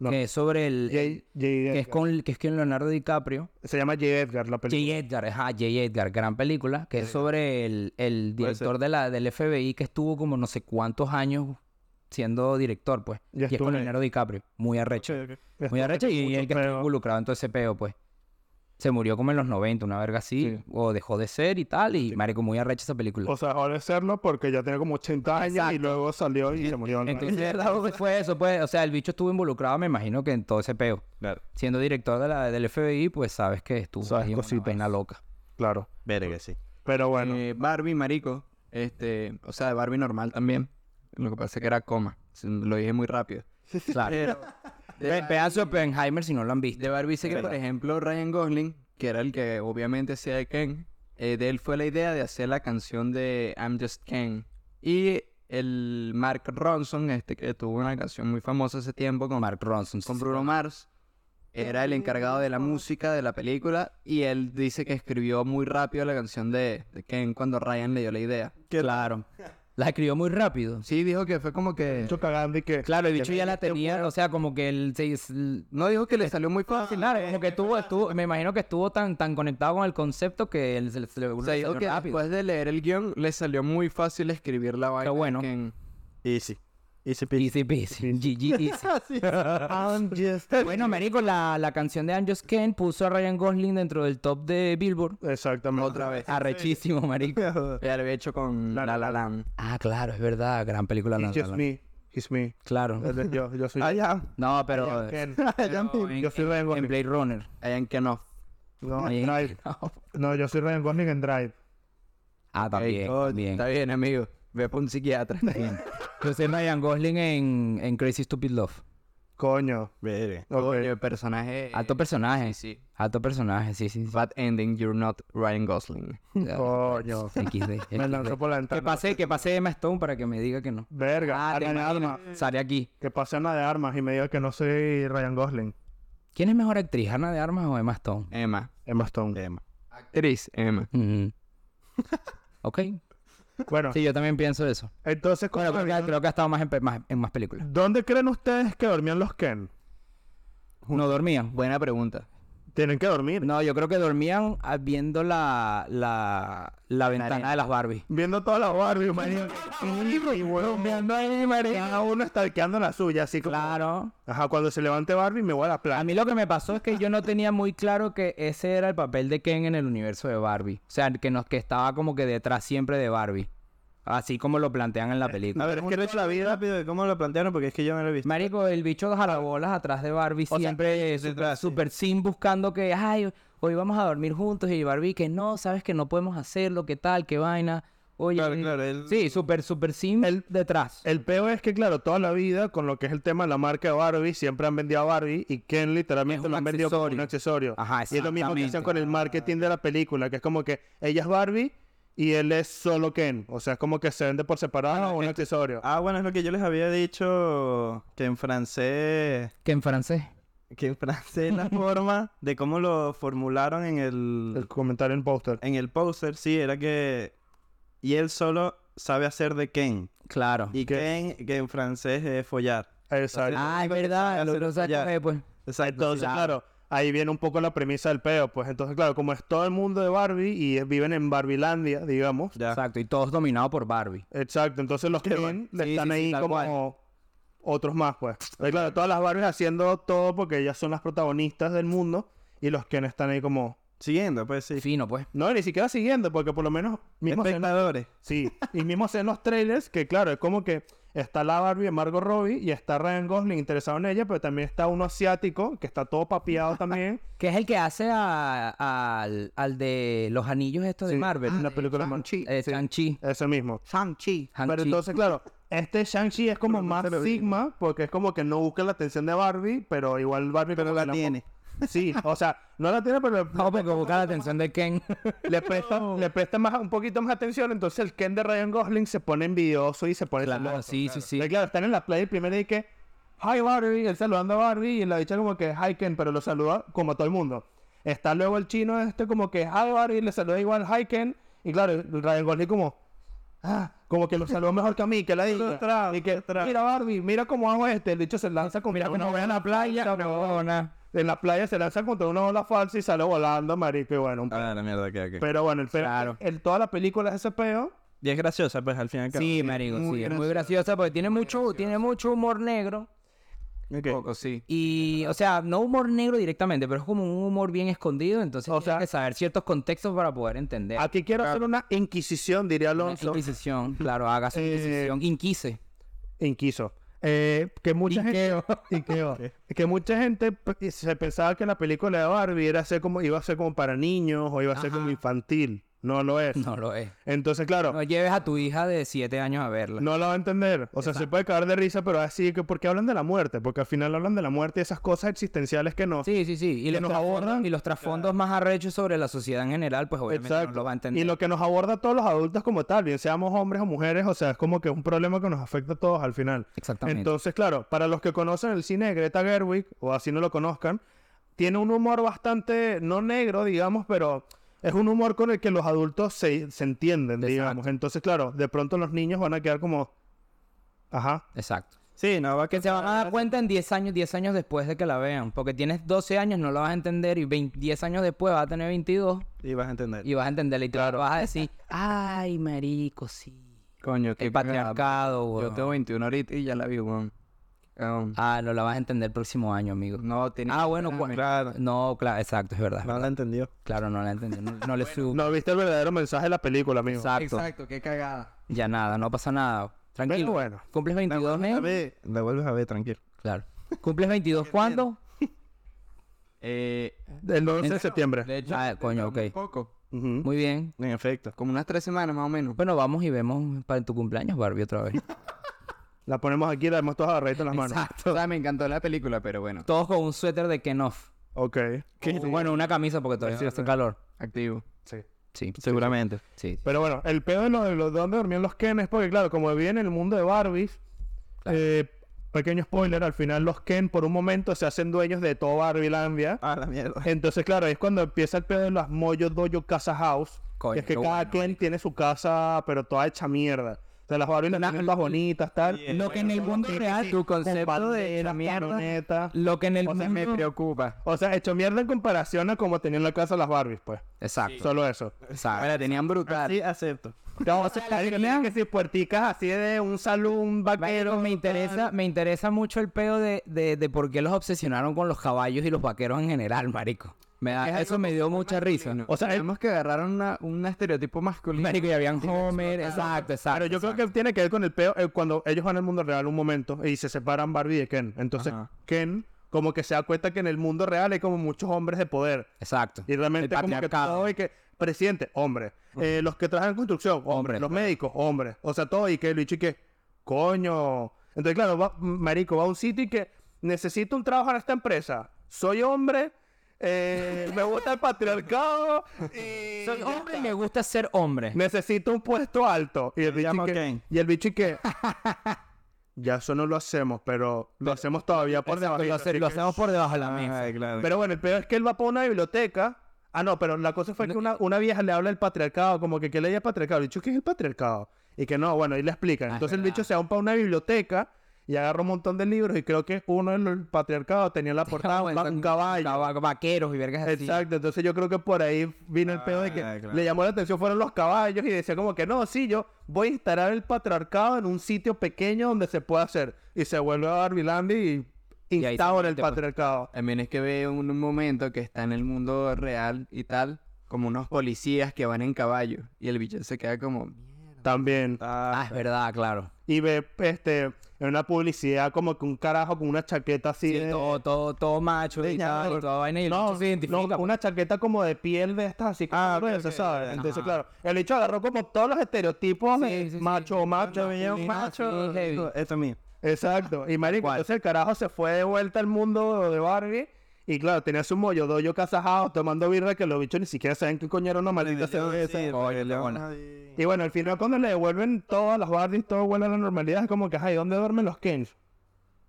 [SPEAKER 2] No.
[SPEAKER 1] que es sobre el.
[SPEAKER 2] J- J.
[SPEAKER 1] que, es
[SPEAKER 2] Edgar.
[SPEAKER 1] con, que es con Leonardo DiCaprio.
[SPEAKER 2] Se llama J. Edgar la película.
[SPEAKER 1] J. Edgar, ajá, J. Edgar, gran película, que es sobre el, el
[SPEAKER 5] Puede ser.
[SPEAKER 1] director de la, del FBI que estuvo como no sé cuántos años siendo director, pues.
[SPEAKER 2] Ya
[SPEAKER 1] y es
[SPEAKER 2] estuve
[SPEAKER 1] con
[SPEAKER 2] ahí.
[SPEAKER 1] Leonardo DiCaprio. Muy arrecho.
[SPEAKER 5] Ok, ok.
[SPEAKER 1] Muy arrecho y
[SPEAKER 2] Mucho
[SPEAKER 1] el que está
[SPEAKER 2] peor.
[SPEAKER 1] involucrado en todo ese peo, pues. se murió como en los 90, una verga así, o dejó de ser y tal, y marico, muy arrecha esa película.
[SPEAKER 2] O sea, ahora es serlo porque ya tiene como 80 años y luego salió y se murió. ¿no?
[SPEAKER 1] Entonces, fue eso, pues, o sea, el bicho estuvo involucrado, me imagino que en todo ese peo.
[SPEAKER 7] Claro.
[SPEAKER 1] Siendo director de la, del FBI, pues sabes que estuvo
[SPEAKER 2] Sabes
[SPEAKER 1] ahí en una
[SPEAKER 2] cositas.
[SPEAKER 1] pena loca.
[SPEAKER 2] claro.
[SPEAKER 7] Verga, sí.
[SPEAKER 2] Pero bueno,
[SPEAKER 4] Eh, Barbie, marico. Este, o sea, de Barbie normal también. Lo que pasa es que era coma. Se- Lo dije muy rápido.
[SPEAKER 1] Claro.
[SPEAKER 4] Pero de,
[SPEAKER 1] Ve-
[SPEAKER 4] Bar-
[SPEAKER 1] Pedazo de Oppenheimer si no lo han visto.
[SPEAKER 4] de Barbie sé que, por ejemplo, Ryan Gosling, que era el que obviamente hacía de Ken, eh, de él fue la idea de hacer la canción de I'm Just Ken. Y el Mark Ronson, este que tuvo una canción muy famosa hace tiempo con
[SPEAKER 1] Mark Ronson. sí,
[SPEAKER 4] con
[SPEAKER 1] sí.
[SPEAKER 4] Bruno Mars. Era el encargado de la música de la película y él dice que escribió muy rápido la canción de, de Ken cuando Ryan le dio la idea.
[SPEAKER 1] Claro. La escribió muy rápido.
[SPEAKER 4] Sí, dijo que fue como que...
[SPEAKER 2] mucho cagando y que.
[SPEAKER 1] Claro, el bicho ya la tenía, o sea, como que él se,
[SPEAKER 4] No dijo que le salió muy fácil.
[SPEAKER 1] Claro, como que estuvo, estuvo, me imagino que estuvo tan, tan conectado con el concepto que él se le se le-
[SPEAKER 4] O sea, dijo
[SPEAKER 1] salió
[SPEAKER 4] que
[SPEAKER 1] rápido.
[SPEAKER 4] después de leer el guión le salió muy fácil escribir la vaina. de
[SPEAKER 1] bueno.
[SPEAKER 4] Ken.
[SPEAKER 7] Easy. Easy peasy.
[SPEAKER 1] Easy peasy. GG easy. Bueno, marico, la, la canción de I'm Just Ken puso a Ryan Gosling dentro del top de Billboard.
[SPEAKER 2] Exactamente.
[SPEAKER 4] Otra vez.
[SPEAKER 1] Arrechísimo, marico.
[SPEAKER 4] Ella lo había hecho con La La Land.
[SPEAKER 1] Ah, claro, es verdad. Gran película. La
[SPEAKER 2] It's
[SPEAKER 1] La
[SPEAKER 2] just
[SPEAKER 1] Land.
[SPEAKER 2] me. It's me.
[SPEAKER 1] Claro.
[SPEAKER 2] Yo, yo
[SPEAKER 1] Ah,
[SPEAKER 2] soy.
[SPEAKER 1] No, pero... eh,
[SPEAKER 2] Ken.
[SPEAKER 1] pero en,
[SPEAKER 2] Yo soy Ryan
[SPEAKER 1] en- en
[SPEAKER 2] Gosling.
[SPEAKER 1] Blade Runner.
[SPEAKER 4] Ella en Ken Off.
[SPEAKER 2] No,
[SPEAKER 1] Ahí.
[SPEAKER 2] Drive. No, yo soy Ryan Gosling en Drive.
[SPEAKER 1] Ah,
[SPEAKER 4] Ey,
[SPEAKER 1] también,
[SPEAKER 4] coño,
[SPEAKER 1] también.
[SPEAKER 4] Está bien, amigo. Ve para un psiquiatra.
[SPEAKER 1] Bien. Yo soy Ryan Gosling en, en Crazy Stupid Love.
[SPEAKER 2] Coño.
[SPEAKER 7] Verga.
[SPEAKER 2] Ok.
[SPEAKER 4] El personaje...
[SPEAKER 1] Alto personaje.
[SPEAKER 4] Sí.
[SPEAKER 1] Alto personaje, sí, sí. sí.
[SPEAKER 4] Bad ending, you're not Ryan Gosling.
[SPEAKER 2] Coño.
[SPEAKER 1] XD,
[SPEAKER 2] Me lanzó
[SPEAKER 1] XD.
[SPEAKER 2] por la
[SPEAKER 1] Que
[SPEAKER 2] ventana.
[SPEAKER 1] pase, que pase Emma Stone para que me diga que no.
[SPEAKER 2] Verga.
[SPEAKER 1] Ah,
[SPEAKER 2] Ana de armas.
[SPEAKER 1] Sale aquí.
[SPEAKER 2] Que pase Ana de armas y me diga que no soy Ryan Gosling.
[SPEAKER 1] ¿Quién es mejor actriz, Ana de Armas o Emma Stone?
[SPEAKER 4] Emma.
[SPEAKER 2] Emma Stone.
[SPEAKER 7] Tema.
[SPEAKER 4] Actriz, Emma.
[SPEAKER 1] Ujú. Mm. ok.
[SPEAKER 2] Bueno,
[SPEAKER 1] Sí, yo también pienso eso.
[SPEAKER 2] entonces,
[SPEAKER 1] Bueno, pues,
[SPEAKER 2] ¿cómo
[SPEAKER 1] creo que, creo que ha estado más en, pe- más- en más películas.
[SPEAKER 2] ¿dónde creen ustedes que dormían los Ken?
[SPEAKER 1] No dormían.
[SPEAKER 4] Buena pregunta.
[SPEAKER 2] Tienen que dormir.
[SPEAKER 1] No, yo creo que dormían ah, viendo la, la, la ventana de las Barbie.
[SPEAKER 2] Viendo todas las Barbie, marico. Y huevón, mirando ahí, marico. Cada uno estalqueando la suya, así como...
[SPEAKER 1] Claro.
[SPEAKER 2] Ajá, cuando se levante Barbie me voy a la
[SPEAKER 1] A
[SPEAKER 2] playa.
[SPEAKER 1] mí lo que me pasó es que yo no tenía muy claro que ese era el papel de Ken en el universo de Barbie. O sea, que, nos, que estaba como que detrás siempre de Barbie. Así como lo plantean
[SPEAKER 2] Eh,
[SPEAKER 1] en la película.
[SPEAKER 5] A ver, es que la vida rápido de cómo lo plantearon porque es que yo no lo he visto.
[SPEAKER 1] Marico, el bicho jalabolas atrás de Barbie
[SPEAKER 5] sea,
[SPEAKER 1] siempre eh, super,
[SPEAKER 5] detrás, sí.
[SPEAKER 1] super sin buscando que, ay, hoy vamos a dormir juntos y Barbie que no, sabes que no podemos hacerlo, qué tal, qué vaina. Oye,
[SPEAKER 5] Claro,
[SPEAKER 1] eh,
[SPEAKER 5] claro, él-
[SPEAKER 1] sí, super, super sim detrás.
[SPEAKER 2] El peo es que, claro, toda la vida, con lo que es el tema de la marca de Barbie, siempre han vendido a Barbie y Ken
[SPEAKER 1] Es
[SPEAKER 2] literalmente
[SPEAKER 1] un
[SPEAKER 2] lo han vendido como un accesorio.
[SPEAKER 1] Ajá,
[SPEAKER 2] y es lo mismo que
[SPEAKER 1] exactamente.
[SPEAKER 2] hacen con el marketing de la película, que es como que ella es Barbie y él es solo Ken. O sea, es como que se vende por separado o un accesorio.
[SPEAKER 5] Ah, bueno, es lo que yo les había dicho que en francés,
[SPEAKER 1] que en francés.
[SPEAKER 5] que en francés la forma de cómo lo formularon en el
[SPEAKER 2] El comentario en póster.
[SPEAKER 5] en el poster, sí, era que y él solo sabe hacer de Ken.
[SPEAKER 1] Claro.
[SPEAKER 5] Y Ken, que en francés es follar.
[SPEAKER 2] Exacto.
[SPEAKER 1] Ah, es verdad, lo, lo sabes
[SPEAKER 5] Ya.
[SPEAKER 1] coger, pues.
[SPEAKER 5] Exacto.
[SPEAKER 2] Entonces, claro, ahí viene un poco la premisa del peo. Pues entonces, claro, como es todo el mundo de Barbie y es- viven en Barbilandia, digamos.
[SPEAKER 5] Ya.
[SPEAKER 1] Exacto, y todos dominados por Barbie.
[SPEAKER 2] Exacto, entonces los Ken le
[SPEAKER 1] Sí,
[SPEAKER 2] están
[SPEAKER 1] sí, sí,
[SPEAKER 2] ahí
[SPEAKER 1] tal
[SPEAKER 2] como otros más, pues. Pero claro, todas las Barbies haciendo todo porque ellas son las protagonistas del mundo y los Ken están ahí como...
[SPEAKER 5] Siguiendo, pues sí.
[SPEAKER 1] Fino, pues.
[SPEAKER 2] No, ni siquiera siguiendo, porque por lo menos... Mismo se-
[SPEAKER 5] Espectadores.
[SPEAKER 2] sí, y mismo se en los trailers que claro, es como que está la Barbie de Margot Robbie y está Ryan Gosling interesado en ella, pero también está uno asiático que está todo papiado también.
[SPEAKER 1] Que es el que hace a- a- al, al de los anillos estos de
[SPEAKER 2] Sí,
[SPEAKER 1] Marvel.
[SPEAKER 5] Ah,
[SPEAKER 2] en la película de Marvel.
[SPEAKER 1] Eh, Shang-Chi.
[SPEAKER 2] Ese mismo.
[SPEAKER 1] Shang-Chi.
[SPEAKER 2] Pero entonces, claro, este Shang-Chi es como más Sigma, porque es como que no busca la atención de Barbie, pero igual Barbie... Pero la tiene. Sí, o sea, no la tiene, pero
[SPEAKER 1] No, porque busca la atención de Ken.
[SPEAKER 2] le presta, le presta más, un poquito más atención, entonces el Ken de Ryan Gosling se pone envidioso y se pone
[SPEAKER 1] Claro,
[SPEAKER 2] celoso.
[SPEAKER 1] sí, sí, sí.
[SPEAKER 2] Y claro, están en la playa y primero dice que, hi Barbie, él saludando a Barbie, y la dicha como que, hi Ken, pero lo saluda como a todo el mundo. Está luego el chino este como que, hi Barbie, le saluda igual, hi Ken, y claro, el Ryan Gosling como, ah, como que lo saludó mejor que a mí, que la dicha. y que, mira Barbie, mira cómo hago este, el dicho se lanza con mira una ola en la playa, en la playa se lanza contra una ola falsa y sale volando, marico, y bueno, un
[SPEAKER 5] Ah, la mierda, que que.
[SPEAKER 2] pero bueno, el peo- el, toda la película es ese peo.
[SPEAKER 5] Y es graciosa, pues al final.
[SPEAKER 1] Sí, marico, sí. Es muy graciosa porque tiene mucho, tiene mucho humor negro.
[SPEAKER 5] Ok.
[SPEAKER 3] Poco, sí.
[SPEAKER 1] Y, o sea, no humor negro directamente, pero es como un humor bien escondido, entonces
[SPEAKER 2] O
[SPEAKER 1] tienes
[SPEAKER 2] sea-
[SPEAKER 1] que saber ciertos contextos para poder entender.
[SPEAKER 2] Aquí quiero hacer una inquisición, diría
[SPEAKER 1] Una
[SPEAKER 2] Alonso.
[SPEAKER 1] Inquisición, claro, hagas una
[SPEAKER 2] Eh,
[SPEAKER 1] inquisición. Inquise.
[SPEAKER 2] Inquiso. Eh, que mucha gente Ikeo. que mucha gente p- se pensaba que la película de Barbie era ser como iba a ser como para niños o iba a ser como
[SPEAKER 1] Ajá.
[SPEAKER 2] infantil no lo es
[SPEAKER 1] No lo es.
[SPEAKER 2] entonces claro
[SPEAKER 1] No lleves a tu hija de 7 años a verla.
[SPEAKER 2] no la va a entender o sea se puede caer de risa pero así que porque hablan de la muerte porque al final hablan de la muerte y esas cosas existenciales que no
[SPEAKER 1] Sí, sí, sí. Y los,
[SPEAKER 2] nos
[SPEAKER 1] trasfondos-
[SPEAKER 2] abordan.
[SPEAKER 1] y los trasfondos más arrechos sobre la sociedad en general, pues obviamente no lo va a entender.
[SPEAKER 2] Y lo que nos aborda a todos los adultos como tal, bien seamos hombres o mujeres, o sea, es como que es un problema que nos afecta a todos al final.
[SPEAKER 1] Exactamente.
[SPEAKER 2] Entonces, claro, para los que conocen el cine de Greta Gerwig, o así no lo conozcan, tiene un humor bastante, no negro, digamos, pero es un humor con el que los adultos se, se entienden,
[SPEAKER 1] Exacto.
[SPEAKER 2] digamos. Entonces, claro, de pronto los niños van a quedar como, ajá,
[SPEAKER 1] Exacto.
[SPEAKER 5] Sí, no, va que
[SPEAKER 1] Que se van a dar cuenta en 10 años, 10 años después de que la vean. Porque tienes 12 años, no la vas a entender, y 20 10 años después vas a tener 22
[SPEAKER 5] Y vas a entender.
[SPEAKER 1] y vas a entenderla y te vas a decir, ay, marico, sí.
[SPEAKER 3] Coño, qué
[SPEAKER 1] El
[SPEAKER 3] cagada.
[SPEAKER 1] patriarcado, weón.
[SPEAKER 3] Yo tengo 21 ahorita y ya la vi, weón. Weón.
[SPEAKER 1] Ah, no la vas a entender el próximo año, amigo.
[SPEAKER 3] No, tenía...
[SPEAKER 1] Ah, bueno, cua-
[SPEAKER 5] Claro.
[SPEAKER 1] no, claro, exacto, es verdad. es
[SPEAKER 5] No
[SPEAKER 1] verdad.
[SPEAKER 5] la entendió.
[SPEAKER 1] Claro, no la entendí. No, no le subo.
[SPEAKER 2] no viste el verdadero mensaje de la película, amigo.
[SPEAKER 1] exacto.
[SPEAKER 3] Exacto, qué cagada.
[SPEAKER 1] Ya nada, no pasa nada. Tranquilo.
[SPEAKER 2] Pero bueno.
[SPEAKER 1] ¿Cumples 22
[SPEAKER 5] A
[SPEAKER 1] Neo?
[SPEAKER 5] ver, la vuelves a ver, tranquilo.
[SPEAKER 1] Claro. ¿Cumples 22 cuándo?
[SPEAKER 3] Eh,
[SPEAKER 2] El 11 de
[SPEAKER 3] En-
[SPEAKER 2] septiembre.
[SPEAKER 3] de hecho,
[SPEAKER 1] Ah, coño, ok.
[SPEAKER 3] muy poco.
[SPEAKER 2] Ujú.
[SPEAKER 1] Muy bien.
[SPEAKER 5] En efecto.
[SPEAKER 3] Como unas tres semanas más o menos.
[SPEAKER 1] Bueno, vamos y vemos para tu cumpleaños, Barbie, otra vez.
[SPEAKER 2] La ponemos aquí, la hemos todos agarradita en las manos.
[SPEAKER 3] O sea, me encantó la película, pero bueno,
[SPEAKER 1] Todos con un suéter de Kenoff.
[SPEAKER 2] Ok.
[SPEAKER 1] Bueno, una camisa porque todavía hace calor.
[SPEAKER 3] activo.
[SPEAKER 2] Sí.
[SPEAKER 1] Sí,
[SPEAKER 5] Seguramente.
[SPEAKER 1] sí.
[SPEAKER 2] Pero bueno, el pedo de, lo- de lo- de dónde dormían los Ken es porque, claro, como viven en el mundo de Barbies,
[SPEAKER 1] Claro.
[SPEAKER 2] eh, pequeño spoiler, al final los Ken por un momento se hacen dueños de todo Barbilandia.
[SPEAKER 5] Ah, la mierda.
[SPEAKER 2] Entonces, claro, ahí es cuando empieza el pedo de las Moyo Dojo Casa House.
[SPEAKER 1] Coño,
[SPEAKER 2] que es que
[SPEAKER 1] qué
[SPEAKER 2] cada Ken tiene su casa, pero toda hecha mierda. O sea, las Barbies las tienen todas bonitas, tal.
[SPEAKER 1] Lo que en el mundo real, tu concepto de la mierda.
[SPEAKER 2] mierda.
[SPEAKER 1] Lo que en el
[SPEAKER 2] O sea,
[SPEAKER 1] mundo.
[SPEAKER 2] me
[SPEAKER 3] Preocupa.
[SPEAKER 2] O sea, hecho mierda en comparación a como tenían la casa las Barbies, pues.
[SPEAKER 1] Exacto,
[SPEAKER 2] Solo eso.
[SPEAKER 1] exacto.
[SPEAKER 3] La tenían brutal.
[SPEAKER 5] Sí, acepto.
[SPEAKER 2] No, o sea, que tenían que si puerticas así de un salón
[SPEAKER 1] Pero
[SPEAKER 2] vaquero.
[SPEAKER 1] me interesa, me interesa mucho el pedo de, de, de por qué los obsesionaron con los caballos y los vaqueros en general, marico. Me da- eso me dio mucha risa.
[SPEAKER 2] O sea, el-
[SPEAKER 3] Tenemos que agarrar una- un estereotipo masculino.
[SPEAKER 1] Marico, y habían Homer, exacto, exacto.
[SPEAKER 2] Pero yo creo que tiene que ver con el peo eh, cuando ellos van al mundo real un momento y se separan Barbie de Ken. Entonces,
[SPEAKER 3] Ajá.
[SPEAKER 2] Ken como que se da cuenta que en el mundo real hay como muchos hombres de poder.
[SPEAKER 1] Exacto.
[SPEAKER 2] Y realmente
[SPEAKER 1] El
[SPEAKER 2] como que
[SPEAKER 1] patriarcado.
[SPEAKER 2] todo y que presidente, hombre. Eh, los que trabajan en construcción, hombre.
[SPEAKER 1] Hombre,
[SPEAKER 2] Los médicos, hombre. O sea, todo y que Luis y que coño. Entonces, claro, va, marico, va a un sitio y que necesito un trabajo en esta empresa. Soy hombre, eh, me gusta el patriarcado y
[SPEAKER 1] Soy
[SPEAKER 2] ya
[SPEAKER 1] hombre y
[SPEAKER 2] está.
[SPEAKER 1] me gusta ser hombre.
[SPEAKER 2] Necesito un puesto alto. Y el bicho y
[SPEAKER 5] llamo
[SPEAKER 2] que,
[SPEAKER 5] Ken.
[SPEAKER 2] y el bicho y que ya eso no lo hacemos, pero lo hacemos todavía por debajo.
[SPEAKER 1] lo, hace- lo hacemos por debajo de la mesa.
[SPEAKER 5] claro.
[SPEAKER 2] Pero bueno, el peor es que él va para una biblioteca. Ah, no, pero la cosa fue que una, una vieja le habla del patriarcado, como que, ¿qué le dice patriarcado? El bicho, ¿qué es el patriarcado? Y que no, bueno, ahí le explican. Entonces el bicho se va para una biblioteca y agarra un montón de libros y creo que uno en el patriarcado tenía en la portada un, va- un caballo.
[SPEAKER 1] Caba- Vaqueros y vergas así. Ah,
[SPEAKER 2] Exacto, entonces yo creo que por ahí vino el peor de que le llamó la atención fueron los caballos y decía como que no, sí, yo voy a instalar el patriarcado en un sitio pequeño donde se pueda hacer. Y se vuelve a Barbilandia y
[SPEAKER 1] ahí se
[SPEAKER 2] instaura el
[SPEAKER 1] mete, pues.
[SPEAKER 2] patriarcado.
[SPEAKER 3] También es que veo un, un momento que está en el mundo real y tal, como unos policías que van en caballo. Y el bicho se queda como...
[SPEAKER 2] También.
[SPEAKER 1] Ah, es verdad, claro.
[SPEAKER 2] Y ve este, en una publicidad como que un carajo con una chaqueta así.
[SPEAKER 1] Sí,
[SPEAKER 2] de-
[SPEAKER 1] todo, todo, todo macho y tal, y toda vaina. Y el
[SPEAKER 2] Eh, no,
[SPEAKER 1] bicho se identifica.
[SPEAKER 2] no, una chaqueta como de piel de estas así. Ah, se sabe. Entonces, claro, el hecho agarró como todos los estereotipos de
[SPEAKER 1] Sí, sí, sí.
[SPEAKER 2] macho o macho.
[SPEAKER 1] macho,
[SPEAKER 5] un macho.
[SPEAKER 1] heavy.
[SPEAKER 5] Esto esto es mío.
[SPEAKER 2] Exacto. Y marico, entonces el carajo se fue de vuelta al mundo de Barbie. Y claro, tenía su mollo doyo casajado tomando birra que los bichos ni siquiera saben qué coño era una maldita cerveza.
[SPEAKER 5] pues,
[SPEAKER 2] Y bueno, al final cuando le devuelven todas las Barbies, todo vuelve a la normalidad. Es como que, ay, ¿dónde duermen los Kens?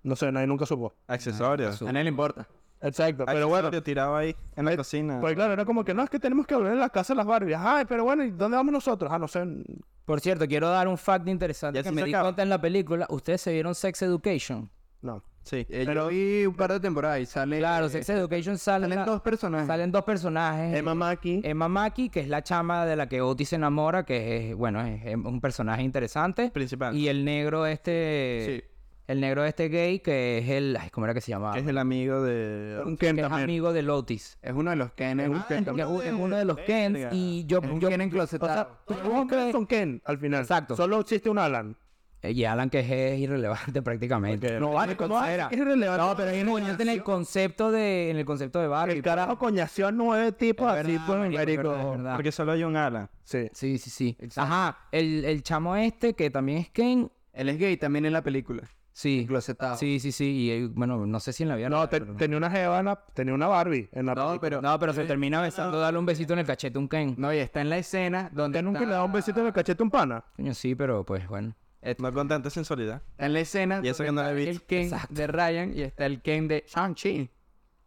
[SPEAKER 2] No sé, nadie nunca supo.
[SPEAKER 5] Accesorios.
[SPEAKER 3] A nadie le importa.
[SPEAKER 2] Exacto, pero
[SPEAKER 5] Pero
[SPEAKER 2] bueno.
[SPEAKER 5] bueno. tirado ahí en la cocina.
[SPEAKER 2] Pues claro, era como que no, es que tenemos que volver a la casa de las Barbies. Ay, pero bueno, ¿y dónde vamos nosotros? Ah, no sé.
[SPEAKER 4] Eh,
[SPEAKER 1] Por cierto, quiero dar un fact interesante
[SPEAKER 5] Ya
[SPEAKER 1] que
[SPEAKER 5] sí
[SPEAKER 1] me
[SPEAKER 5] se
[SPEAKER 1] di
[SPEAKER 5] acaba.
[SPEAKER 1] cuenta en la película. Ustedes se vieron Sex Education.
[SPEAKER 2] No.
[SPEAKER 5] Sí.
[SPEAKER 3] pero Eh, vi un par de temporadas y sale...
[SPEAKER 1] Claro,
[SPEAKER 3] eh,
[SPEAKER 1] Sex Education salen,
[SPEAKER 3] Salen dos personajes.
[SPEAKER 1] salen dos personajes.
[SPEAKER 2] Emma Mackey.
[SPEAKER 4] eh,
[SPEAKER 1] Emma Mackey, que es la chama de la que Otis se enamora, que es, bueno, es, es un personaje interesante.
[SPEAKER 5] Principal.
[SPEAKER 1] Y el negro este...
[SPEAKER 3] Sí.
[SPEAKER 1] el negro este gay que es el... Ay, ¿Cómo era que se llamaba?
[SPEAKER 5] Que es el amigo de...
[SPEAKER 2] Un
[SPEAKER 1] que
[SPEAKER 2] Ken
[SPEAKER 1] es
[SPEAKER 2] también.
[SPEAKER 1] amigo de Lotis.
[SPEAKER 4] Es uno de los Ken. Es un Ken.
[SPEAKER 1] Que es u- es uno de los Kens y yo...
[SPEAKER 4] Es un
[SPEAKER 1] yo
[SPEAKER 4] Ken
[SPEAKER 2] O sea,
[SPEAKER 4] enclosetado.
[SPEAKER 2] todos los Ken son Ken al final.
[SPEAKER 1] Exacto.
[SPEAKER 2] Solo existe un Alan.
[SPEAKER 1] Eh, y Alan que es, es irrelevante prácticamente.
[SPEAKER 2] No vale, no
[SPEAKER 1] era.
[SPEAKER 2] vale, es relevante.
[SPEAKER 1] No, pero es irrelevante en el concepto de, en el concepto de Barbie.
[SPEAKER 2] El carajo coñació a nueve tipos
[SPEAKER 1] Es
[SPEAKER 2] así,
[SPEAKER 1] verdad,
[SPEAKER 2] pues,
[SPEAKER 1] marico, es
[SPEAKER 2] marico.
[SPEAKER 1] verdad, es verdad.
[SPEAKER 5] Porque solo hay un ala.
[SPEAKER 2] Sí.
[SPEAKER 1] Sí, sí, sí. Ajá, el, el chamo este que también es Ken.
[SPEAKER 4] Él es gay también en la película.
[SPEAKER 1] Sí,
[SPEAKER 4] Enclosetado.
[SPEAKER 1] sí, sí, sí. Y eh, bueno, no sé si en la vida.
[SPEAKER 2] No, te- tenía una jeva, en la- tenía una Barbie en la
[SPEAKER 4] No,
[SPEAKER 2] película.
[SPEAKER 4] pero.
[SPEAKER 1] No, pero se termina besando, darle un besito en el cachete a un Ken.
[SPEAKER 4] No, y está en la escena donde.
[SPEAKER 2] ¿Usted nunca
[SPEAKER 4] está-
[SPEAKER 2] le da un besito en el cachete a un pana?
[SPEAKER 1] Coño, sí, pero pues bueno.
[SPEAKER 5] No con tanta sensualidad.
[SPEAKER 4] Está en la escena.
[SPEAKER 5] Y eso que
[SPEAKER 4] donde
[SPEAKER 5] no la he
[SPEAKER 4] está
[SPEAKER 5] visto.
[SPEAKER 4] El Ken
[SPEAKER 1] Exacto.
[SPEAKER 4] de Ryan y está el Ken de Shang-Chi.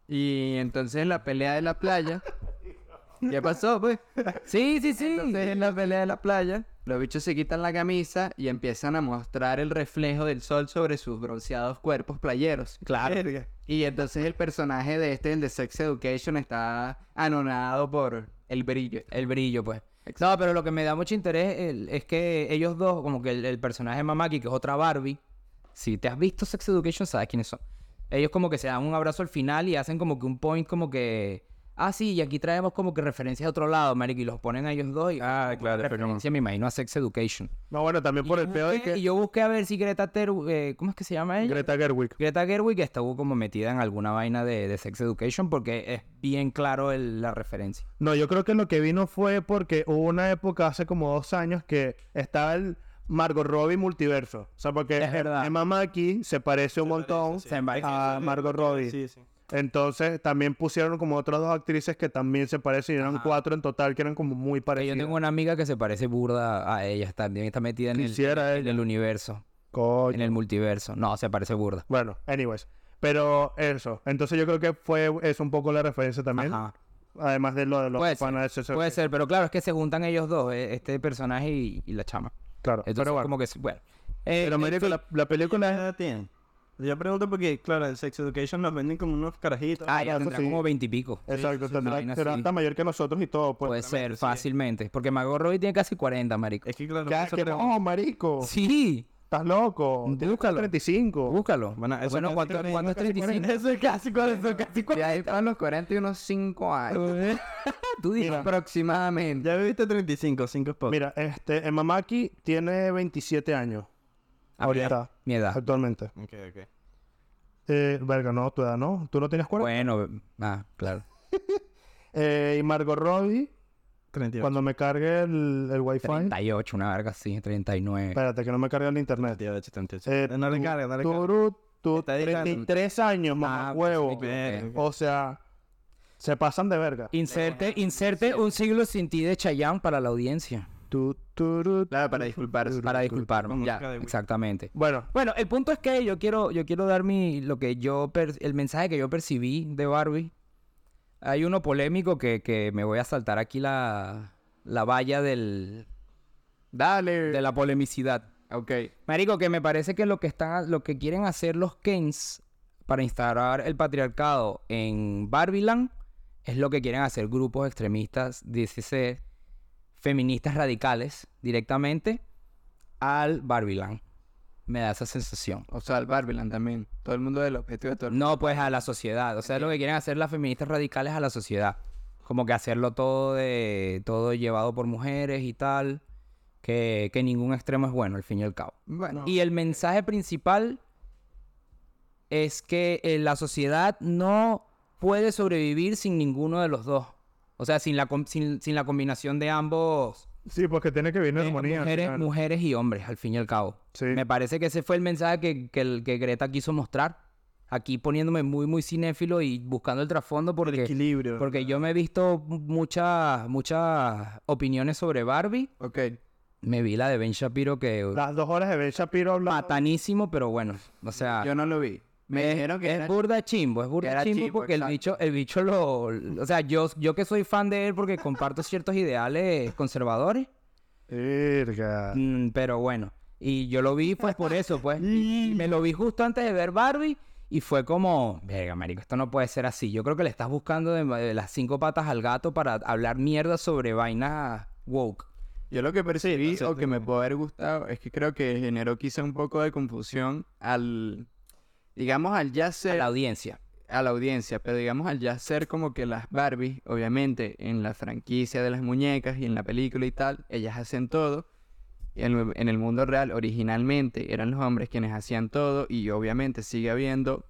[SPEAKER 4] Y entonces en la pelea de la playa. ¿Qué pasó, pues?
[SPEAKER 1] Sí, sí, sí.
[SPEAKER 4] Entonces en la pelea de la playa, los bichos se quitan la camisa y empiezan a mostrar el reflejo del sol sobre sus bronceados cuerpos playeros. Eh,
[SPEAKER 1] Claro.
[SPEAKER 4] Y entonces el personaje de este, el de Sex Education, está anonadado por el brillo.
[SPEAKER 1] El brillo, pues. No, pero lo que me da mucho interés el- es que ellos dos, como que el, el personaje de Mamaki, que es otra Barbie, si te has visto Sex Education, sabes quiénes son. Ellos como que se dan un abrazo al final y hacen como que un point como que... Ah, sí, y aquí traemos como que referencias de otro lado, marico, y los ponen a ellos dos y...
[SPEAKER 5] Ah, claro, pero como-
[SPEAKER 1] Referencia, me imagino, a Sex Education.
[SPEAKER 2] No, bueno, también por
[SPEAKER 1] Y
[SPEAKER 2] el pedo de
[SPEAKER 1] busqué- Y
[SPEAKER 2] que
[SPEAKER 1] yo busqué a ver si Greta Teru... eh, ¿Cómo es que se llama ella?
[SPEAKER 2] Greta Gerwig.
[SPEAKER 1] Greta Gerwig estuvo como metida en alguna vaina de, de Sex Education porque es bien claro el- la referencia.
[SPEAKER 2] No, yo creo que lo que vino fue porque hubo una época hace como dos años que estaba el Margot Robbie multiverso. O sea, porque E-
[SPEAKER 1] Es verdad.
[SPEAKER 2] Emma Mackey se parece un montón
[SPEAKER 1] Se embarazó.
[SPEAKER 2] a Margot Robbie.
[SPEAKER 5] Sí, sí.
[SPEAKER 2] Entonces también pusieron como otras dos actrices que también se parecen. y Eran cuatro en total que eran como muy
[SPEAKER 1] Que yo
[SPEAKER 2] parecidas.
[SPEAKER 1] tengo una amiga que se parece burda a ella, también está metida en el,
[SPEAKER 2] Quisiera
[SPEAKER 1] en el universo,
[SPEAKER 2] Coño.
[SPEAKER 1] eh, en el multiverso. No, se parece burda.
[SPEAKER 2] Bueno, anyways. Pero eso. Entonces yo creo que fue eso un poco la referencia también.
[SPEAKER 1] Ajá.
[SPEAKER 2] Además de lo de los
[SPEAKER 1] Puede ser,
[SPEAKER 2] panas de CCP.
[SPEAKER 1] Puede ser, pero claro, es que se juntan ellos dos, eh, este personaje y, y la chama.
[SPEAKER 2] Claro.
[SPEAKER 1] Entonces,
[SPEAKER 2] pero bueno.
[SPEAKER 1] como que, se- bueno. Eh,
[SPEAKER 2] Pero
[SPEAKER 1] en
[SPEAKER 2] marico,
[SPEAKER 1] fin,
[SPEAKER 2] la, la película
[SPEAKER 5] ¿Qué
[SPEAKER 2] es...
[SPEAKER 5] edad tienen? Yo pregunto porque, claro, el Sex Education nos venden como unos carajitos.
[SPEAKER 1] Ah, ya
[SPEAKER 2] eso
[SPEAKER 1] tendrá
[SPEAKER 2] sí.
[SPEAKER 1] como veintipico.
[SPEAKER 2] Exacto, tendrá-
[SPEAKER 1] vaina
[SPEAKER 2] será
[SPEAKER 1] así.
[SPEAKER 2] hasta mayor que nosotros y todo. Pues.
[SPEAKER 1] Puede ser, fácilmente. Porque Margot Robbie tiene casi 40, marico.
[SPEAKER 5] Es que, claro,
[SPEAKER 2] ¿Qué-
[SPEAKER 5] eso
[SPEAKER 2] qué-
[SPEAKER 5] pregunto.
[SPEAKER 2] no, Ah, oh, marico.
[SPEAKER 1] Sí,
[SPEAKER 2] Estás loco.
[SPEAKER 1] Búscalo.
[SPEAKER 2] Tienes 35.
[SPEAKER 1] búscalo.
[SPEAKER 5] Bueno, eso
[SPEAKER 1] bueno,
[SPEAKER 5] casi
[SPEAKER 1] ¿cuánto,
[SPEAKER 5] 40,
[SPEAKER 1] cuánto es 35?
[SPEAKER 4] Eso es casi 40, casi 40. Ya están los 40 y unos 5 años.
[SPEAKER 1] Tú dices.
[SPEAKER 4] aproximadamente.
[SPEAKER 5] Ya viviste 35, 5 spots.
[SPEAKER 2] Mira, este, Emma Mackey tiene 27 años. Ahorita,
[SPEAKER 1] Mi edad.
[SPEAKER 2] actualmente.
[SPEAKER 5] Ok, ok.
[SPEAKER 2] Eh, verga, no, tu edad no. Tú no tienes 40.
[SPEAKER 1] Bueno, ah, claro.
[SPEAKER 2] Eh, y Margot Robbie,
[SPEAKER 5] 38.
[SPEAKER 2] cuando me cargue el, el wifi.
[SPEAKER 1] 38, una verga así, 39.
[SPEAKER 2] Espérate, que no me cargue el internet.
[SPEAKER 5] 38, 38.
[SPEAKER 2] Eh,
[SPEAKER 5] no le
[SPEAKER 2] tú-
[SPEAKER 5] cargues, no le cargues.
[SPEAKER 2] Tú, tú,
[SPEAKER 5] Está editando.
[SPEAKER 2] 33 años, más
[SPEAKER 1] Ah,
[SPEAKER 2] huevo.
[SPEAKER 1] pues, me equivoqué.
[SPEAKER 2] O sea, se pasan de verga.
[SPEAKER 1] Inserte, inserte un siglo sin ti de Chayanne para la audiencia.
[SPEAKER 2] Tu, turu,
[SPEAKER 4] Claro, para disculparse.
[SPEAKER 1] Para
[SPEAKER 5] Con
[SPEAKER 1] disculparme.
[SPEAKER 5] música
[SPEAKER 1] Ya,
[SPEAKER 5] de Will.
[SPEAKER 1] exactamente.
[SPEAKER 2] Bueno,
[SPEAKER 1] Bueno, el punto es que yo quiero, yo quiero dar mi, lo que yo, per- el mensaje que yo percibí de Barbie. Hay uno polémico que, que me voy a saltar aquí la, la valla del,
[SPEAKER 4] Dale.
[SPEAKER 1] de la polemicidad.
[SPEAKER 4] Ok.
[SPEAKER 1] Marico, que me parece que lo que están, lo que quieren hacer los Kens para instaurar el patriarcado en Barbiland es lo que quieren hacer grupos extremistas, dice feministas radicales directamente al Barbiland. Me da esa sensación.
[SPEAKER 4] O sea, el Barbiland también. Todo el mundo del objetivo de todo el
[SPEAKER 1] No, pues a la sociedad. O sea, lo que quieren hacer las feministas radicales a la sociedad. Como que hacerlo todo de todo llevado por mujeres y tal. Que, que ningún extremo es bueno, al fin y al cabo.
[SPEAKER 4] Bueno,
[SPEAKER 1] Y el mensaje principal es que eh, la sociedad no puede sobrevivir sin ninguno de los dos. O sea, sin la, com- sin, sin la combinación de ambos.
[SPEAKER 2] sí, porque tiene que venir
[SPEAKER 1] eh,
[SPEAKER 2] armonía. al
[SPEAKER 1] mujeres,
[SPEAKER 2] final.
[SPEAKER 1] mujeres y hombres, al fin y al cabo.
[SPEAKER 2] Sí.
[SPEAKER 1] Me parece que ese fue el mensaje que, que el- que Greta quiso mostrar. Aquí poniéndome muy, muy cinéfilo y buscando el trasfondo
[SPEAKER 5] Por
[SPEAKER 1] porque,
[SPEAKER 5] equilibrio.
[SPEAKER 1] porque yo me he visto muchas, muchas opiniones sobre Barbie.
[SPEAKER 4] ok.
[SPEAKER 1] Me vi la de Ben Shapiro que...
[SPEAKER 2] Las dos horas de Ben Shapiro hablando.
[SPEAKER 1] Patanísimo, pero bueno. O sea...
[SPEAKER 4] Ah, Yo no lo vi. Me dijeron que
[SPEAKER 1] Es
[SPEAKER 4] era
[SPEAKER 1] burda chimbo, es
[SPEAKER 4] que
[SPEAKER 1] burda
[SPEAKER 4] era
[SPEAKER 1] chimbo,
[SPEAKER 4] chimbo,
[SPEAKER 1] porque el
[SPEAKER 4] exacto.
[SPEAKER 1] bicho, el bicho lo... O sea, yo, yo que soy fan de él porque comparto ciertos ideales conservadores,
[SPEAKER 2] Verga.
[SPEAKER 1] mm, pero bueno. Y yo lo vi pues por eso, pues. Y me lo vi justo antes de ver Barbie y fue como, verga, marico, esto no puede ser así. Yo creo que le estás buscando de, de las cinco patas al gato para hablar mierda sobre vainas woke.
[SPEAKER 4] Yo lo que percibí o que me puede haber gustado es que creo que generó quizá un poco de confusión al, digamos, al ya
[SPEAKER 1] a
[SPEAKER 4] ser,
[SPEAKER 1] la audiencia.
[SPEAKER 4] a la audiencia, pero digamos al ya ser como que las Barbies, obviamente, en la franquicia de las muñecas y en la película y tal, ellas hacen todo. Y En, lo- en el mundo real, originalmente, eran los hombres quienes hacían todo y obviamente sigue habiendo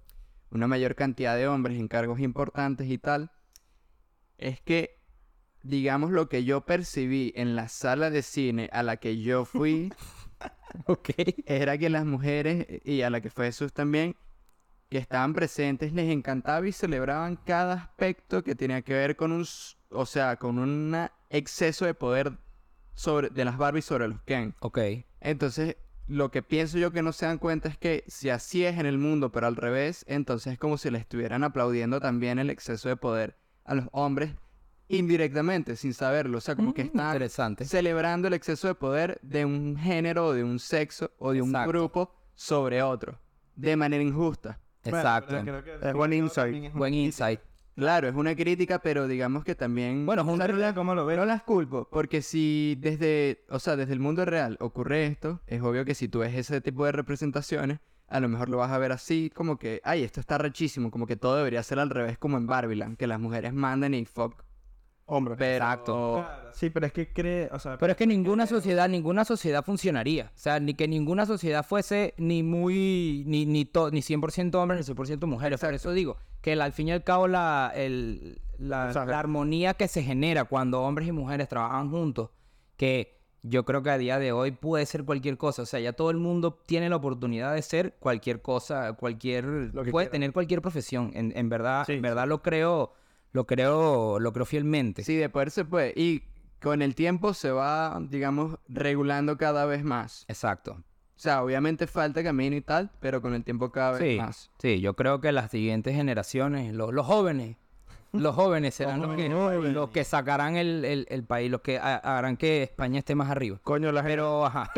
[SPEAKER 4] una mayor cantidad de hombres en cargos importantes y tal. Es que, digamos, lo que yo percibí en la sala de cine a la que yo fui
[SPEAKER 1] Ok.
[SPEAKER 4] era que las mujeres, y a la que fue Jesús también, que estaban presentes, les encantaba y celebraban cada aspecto que tenía que ver con un, s- o sea, con un exceso de poder sobre, de las Barbies sobre los Ken.
[SPEAKER 1] Ok.
[SPEAKER 4] Entonces, lo que pienso yo que no se dan cuenta es que si así es en el mundo, pero al revés, entonces es como si le estuvieran aplaudiendo también el exceso de poder a los hombres indirectamente, sin saberlo. O sea, como que
[SPEAKER 1] Mm,
[SPEAKER 4] están
[SPEAKER 1] Interesante.
[SPEAKER 4] celebrando el exceso de poder de un género, o de un sexo o de un
[SPEAKER 1] Exacto.
[SPEAKER 4] grupo sobre otro, de manera injusta.
[SPEAKER 1] Exacto.
[SPEAKER 2] Es buen insight.
[SPEAKER 1] Buen eh, insight.
[SPEAKER 4] Claro, es una crítica, pero digamos que también
[SPEAKER 1] Bueno, es un-
[SPEAKER 5] ¿Cómo lo ves?
[SPEAKER 4] no las culpo, porque si desde, o sea, desde el mundo real ocurre esto, es obvio que si tú ves ese tipo de representaciones, a lo mejor lo vas a ver así, como que, ay, esto está rechísimo, como que todo debería ser al revés, como en Barbiland, que las mujeres manden y fuck.
[SPEAKER 2] Hombre.
[SPEAKER 4] Pero,
[SPEAKER 5] Sí, pero es que cree, o sea,
[SPEAKER 1] Pero es que ninguna sociedad, ninguna sociedad funcionaría. O sea, ni que ninguna sociedad fuese ni muy, ni, ni, to- ni 100% hombres ni 100% mujeres. Por eso digo que el- al fin y al cabo la, el- la-
[SPEAKER 2] O sea,
[SPEAKER 1] la armonía que se genera cuando hombres y mujeres trabajan juntos, que yo creo que a día de hoy puede ser cualquier cosa. O sea, ya todo el mundo tiene la oportunidad de ser cualquier cosa, cualquier, puede tener cualquier profesión. En, en verdad, en verdad lo creo, lo creo, lo creo fielmente.
[SPEAKER 4] sí, de poder se puede. Y con el tiempo se va, digamos, regulando cada vez más.
[SPEAKER 1] Exacto.
[SPEAKER 4] O sea, obviamente falta camino y tal, pero con el tiempo cada vez
[SPEAKER 1] Sí,
[SPEAKER 4] más.
[SPEAKER 1] sí, yo creo que las siguientes generaciones, los, los jóvenes, los jóvenes serán los, que, los que sacarán el, el- el país, los que ha- harán que España esté más arriba.
[SPEAKER 2] Coño, la gente.
[SPEAKER 1] Pero, ajá,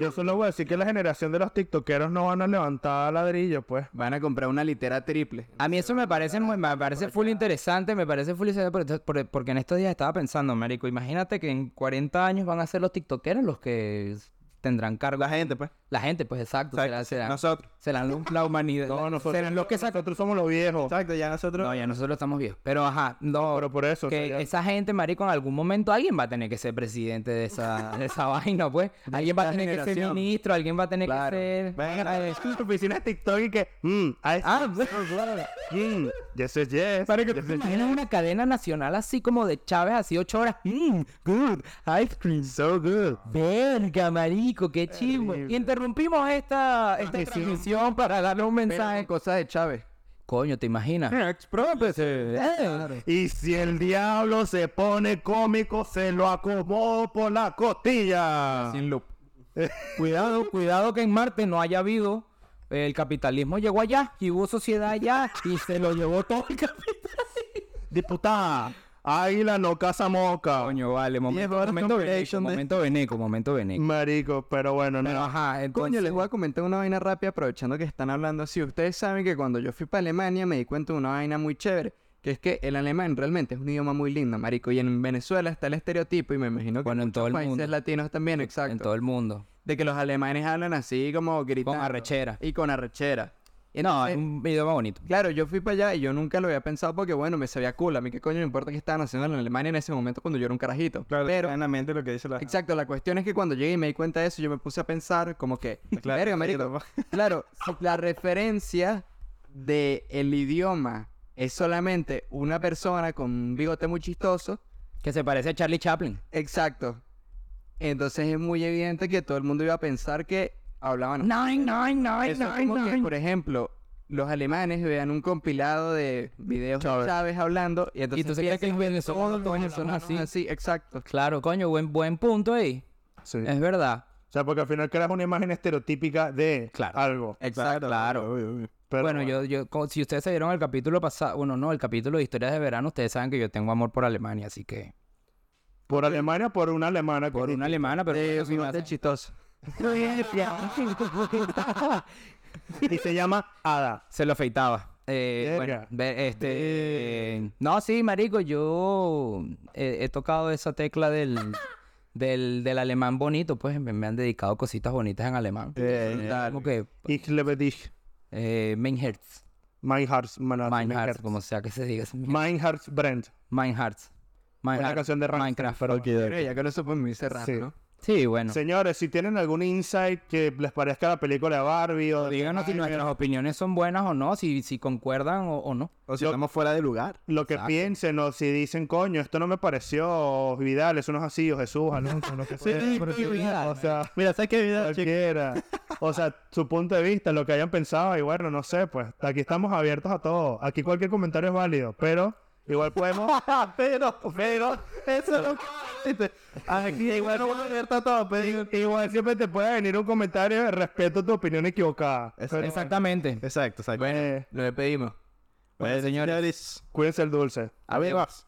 [SPEAKER 2] Yo solo voy a decir que la generación de los tiktokeros no van a levantar ladrillos, pues.
[SPEAKER 4] Van a comprar una litera triple.
[SPEAKER 1] a mí eso me parece, muy- me parece full interesante, me parece full interesante, por- por- porque en estos días estaba pensando, marico, imagínate que en 40 años van a ser los tiktokeros los que tendrán cargo. La gente, pues. La gente, pues, exacto. será- será-
[SPEAKER 5] nosotros.
[SPEAKER 1] serán los- la humanidad.
[SPEAKER 2] No, nosotros,
[SPEAKER 1] serán los que sacan.
[SPEAKER 2] nosotros somos los viejos.
[SPEAKER 5] Exacto, ya nosotros.
[SPEAKER 1] No, ya nosotros estamos viejos. Pero, ajá, no.
[SPEAKER 2] Pero por eso. o sea,
[SPEAKER 1] que
[SPEAKER 2] ya-
[SPEAKER 1] esa gente, marico, en algún momento alguien va a tener que ser presidente de esa, de esa vaina, pues. Alguien va a tener que ser
[SPEAKER 4] generación.
[SPEAKER 1] ministro, alguien va a tener que
[SPEAKER 4] Claro.
[SPEAKER 1] ser... eh,
[SPEAKER 2] Vengan a ver sus oficinas TikTok y que. mm, a este-
[SPEAKER 1] Ah, bueno,
[SPEAKER 2] mm, yes, yes, yes. yes, yes,
[SPEAKER 1] imaginas una cadena nacional así como de Chávez, así ocho horas. Mmm, good, ice cream.
[SPEAKER 2] So good.
[SPEAKER 1] Verga, marico, qué chivo. Y interrumpimos esta, esta transmisión para darle un mensaje.
[SPEAKER 4] Cosa de Chávez.
[SPEAKER 1] Coño, ¿te imaginas? Eh,
[SPEAKER 2] Y si el diablo se pone cómico, se lo acomodo por la costilla.
[SPEAKER 4] Sin loop.
[SPEAKER 1] Cuidado, cuidado que en Marte no haya habido. El capitalismo llegó allá y hubo sociedad allá y se lo llevó todo el capital.
[SPEAKER 2] Diputada, águila no caza moca.
[SPEAKER 1] Coño, vale, momento, momento veneco, momento veneco, momento veneco.
[SPEAKER 2] Marico, pero bueno,
[SPEAKER 1] Pero
[SPEAKER 2] no.
[SPEAKER 1] ajá, entonces...
[SPEAKER 4] Coño, les voy a comentar una vaina rápida aprovechando que están hablando así. Ustedes saben que cuando yo fui para Alemania me di cuenta de una vaina muy chévere, que es que el alemán realmente es un idioma muy lindo, marico. Y en Venezuela está el estereotipo, y me imagino que
[SPEAKER 1] Bueno, en
[SPEAKER 4] muchos
[SPEAKER 1] todo el
[SPEAKER 4] países
[SPEAKER 1] mundo.
[SPEAKER 4] latinos también,
[SPEAKER 1] En
[SPEAKER 4] exacto,
[SPEAKER 1] todo el mundo.
[SPEAKER 4] de que los alemanes hablan así como gritando
[SPEAKER 1] Con arrechera.
[SPEAKER 4] y con arrechera. Y
[SPEAKER 1] No, es
[SPEAKER 4] entonces,
[SPEAKER 1] un idioma bonito.
[SPEAKER 4] Claro, yo fui para allá y yo nunca lo había pensado porque, bueno, me sabía cool. A mí qué coño me importa que estaban haciendo en Alemania en ese momento cuando yo era un carajito.
[SPEAKER 5] Claro,
[SPEAKER 4] Pero
[SPEAKER 5] en la mente lo que dice la
[SPEAKER 4] Exacto, la cuestión es que cuando llegué y me di cuenta de eso, yo me puse a pensar como que, verga, marico, claro, si la referencia de el idioma es solamente una persona con un bigote muy chistoso,
[SPEAKER 1] Que se parece a Charlie Chaplin.
[SPEAKER 4] exacto. Entonces es muy evidente que todo el mundo iba a pensar que hablaban.
[SPEAKER 1] Nine, nine, nine,
[SPEAKER 4] Eso es como que, por ejemplo, los alemanes vean un compilado de videos de Chávez hablando y
[SPEAKER 1] Y
[SPEAKER 4] entonces,
[SPEAKER 1] tú se crees que los venezolanos todos
[SPEAKER 4] son
[SPEAKER 1] venezolanos
[SPEAKER 4] así,
[SPEAKER 1] así.
[SPEAKER 4] así, exacto.
[SPEAKER 1] Claro, coño, buen, buen punto ahí.
[SPEAKER 2] Sí.
[SPEAKER 1] Es verdad.
[SPEAKER 2] O sea, porque al final creas una imagen estereotípica de
[SPEAKER 1] Claro.
[SPEAKER 2] algo.
[SPEAKER 4] Exacto.
[SPEAKER 2] Pero
[SPEAKER 1] bueno, yo, yo, como- si ustedes se vieron el capítulo pasado, bueno, no, el capítulo de historias de verano, ustedes saben que yo tengo amor por Alemania, así que...
[SPEAKER 2] Por Alemania, por una alemana.
[SPEAKER 1] Por una alemana, pero...
[SPEAKER 4] Eh,
[SPEAKER 1] bueno,
[SPEAKER 4] mi
[SPEAKER 1] sí,
[SPEAKER 4] bate chistoso.
[SPEAKER 2] Y se llama Ada.
[SPEAKER 1] Se lo afeitaba. Eh, bueno,
[SPEAKER 2] Verga.
[SPEAKER 1] ve- este, eh, no, sí, marico, yo eh, he tocado esa tecla del, del, del alemán bonito, pues me, me han dedicado cositas bonitas en alemán. Como que
[SPEAKER 2] Ich liebe dich.
[SPEAKER 1] eh,
[SPEAKER 2] Ah,
[SPEAKER 1] Meinherz,
[SPEAKER 2] Mein Herz, mein Herz, mein
[SPEAKER 1] Meinherz,
[SPEAKER 2] Herz.
[SPEAKER 1] como sea que se diga.
[SPEAKER 2] Mein Herz brennt.
[SPEAKER 1] Meinherz.
[SPEAKER 2] Una
[SPEAKER 1] Meinherz.
[SPEAKER 2] canción de Rammstein,
[SPEAKER 1] Minecraft.
[SPEAKER 2] pero-
[SPEAKER 7] Ok,
[SPEAKER 4] Pero ya con eso pues me hice rap,
[SPEAKER 2] Sí.
[SPEAKER 4] ¿no?
[SPEAKER 1] Sí, bueno.
[SPEAKER 2] Señores, si tienen algún insight que les parezca la película de Barbie o... de
[SPEAKER 1] Díganos si
[SPEAKER 2] Oppenheimer,
[SPEAKER 1] nuestras opiniones son buenas o no, si, si concuerdan o, o no.
[SPEAKER 7] O si
[SPEAKER 2] Yo-
[SPEAKER 7] estamos fuera de lugar.
[SPEAKER 2] Lo que piensen o si dicen, coño, esto no me pareció, o Vidal, eso no es así, o Jesús, Alonso, lo que sea. o sea,
[SPEAKER 7] Mira, ¿sabes qué video, chico?
[SPEAKER 2] cualquiera. O sea, su punto de vista, lo que hayan pensado, y bueno, no sé, pues aquí estamos abiertos a todo. Aquí cualquier comentario es válido, pero igual podemos...
[SPEAKER 7] pero, pero, eso no existe. Aquí igual no voy a ver todo, pues, pero digo-
[SPEAKER 2] Igual siempre te puede venir un comentario de respeto a tu opinión equivocada. Pero,
[SPEAKER 1] Exactamente.
[SPEAKER 7] Exacto, exacto. Bueno,
[SPEAKER 2] eh,
[SPEAKER 4] Lo despedimos.
[SPEAKER 7] señores.
[SPEAKER 2] cuídense el dulce.
[SPEAKER 7] A ver, vas.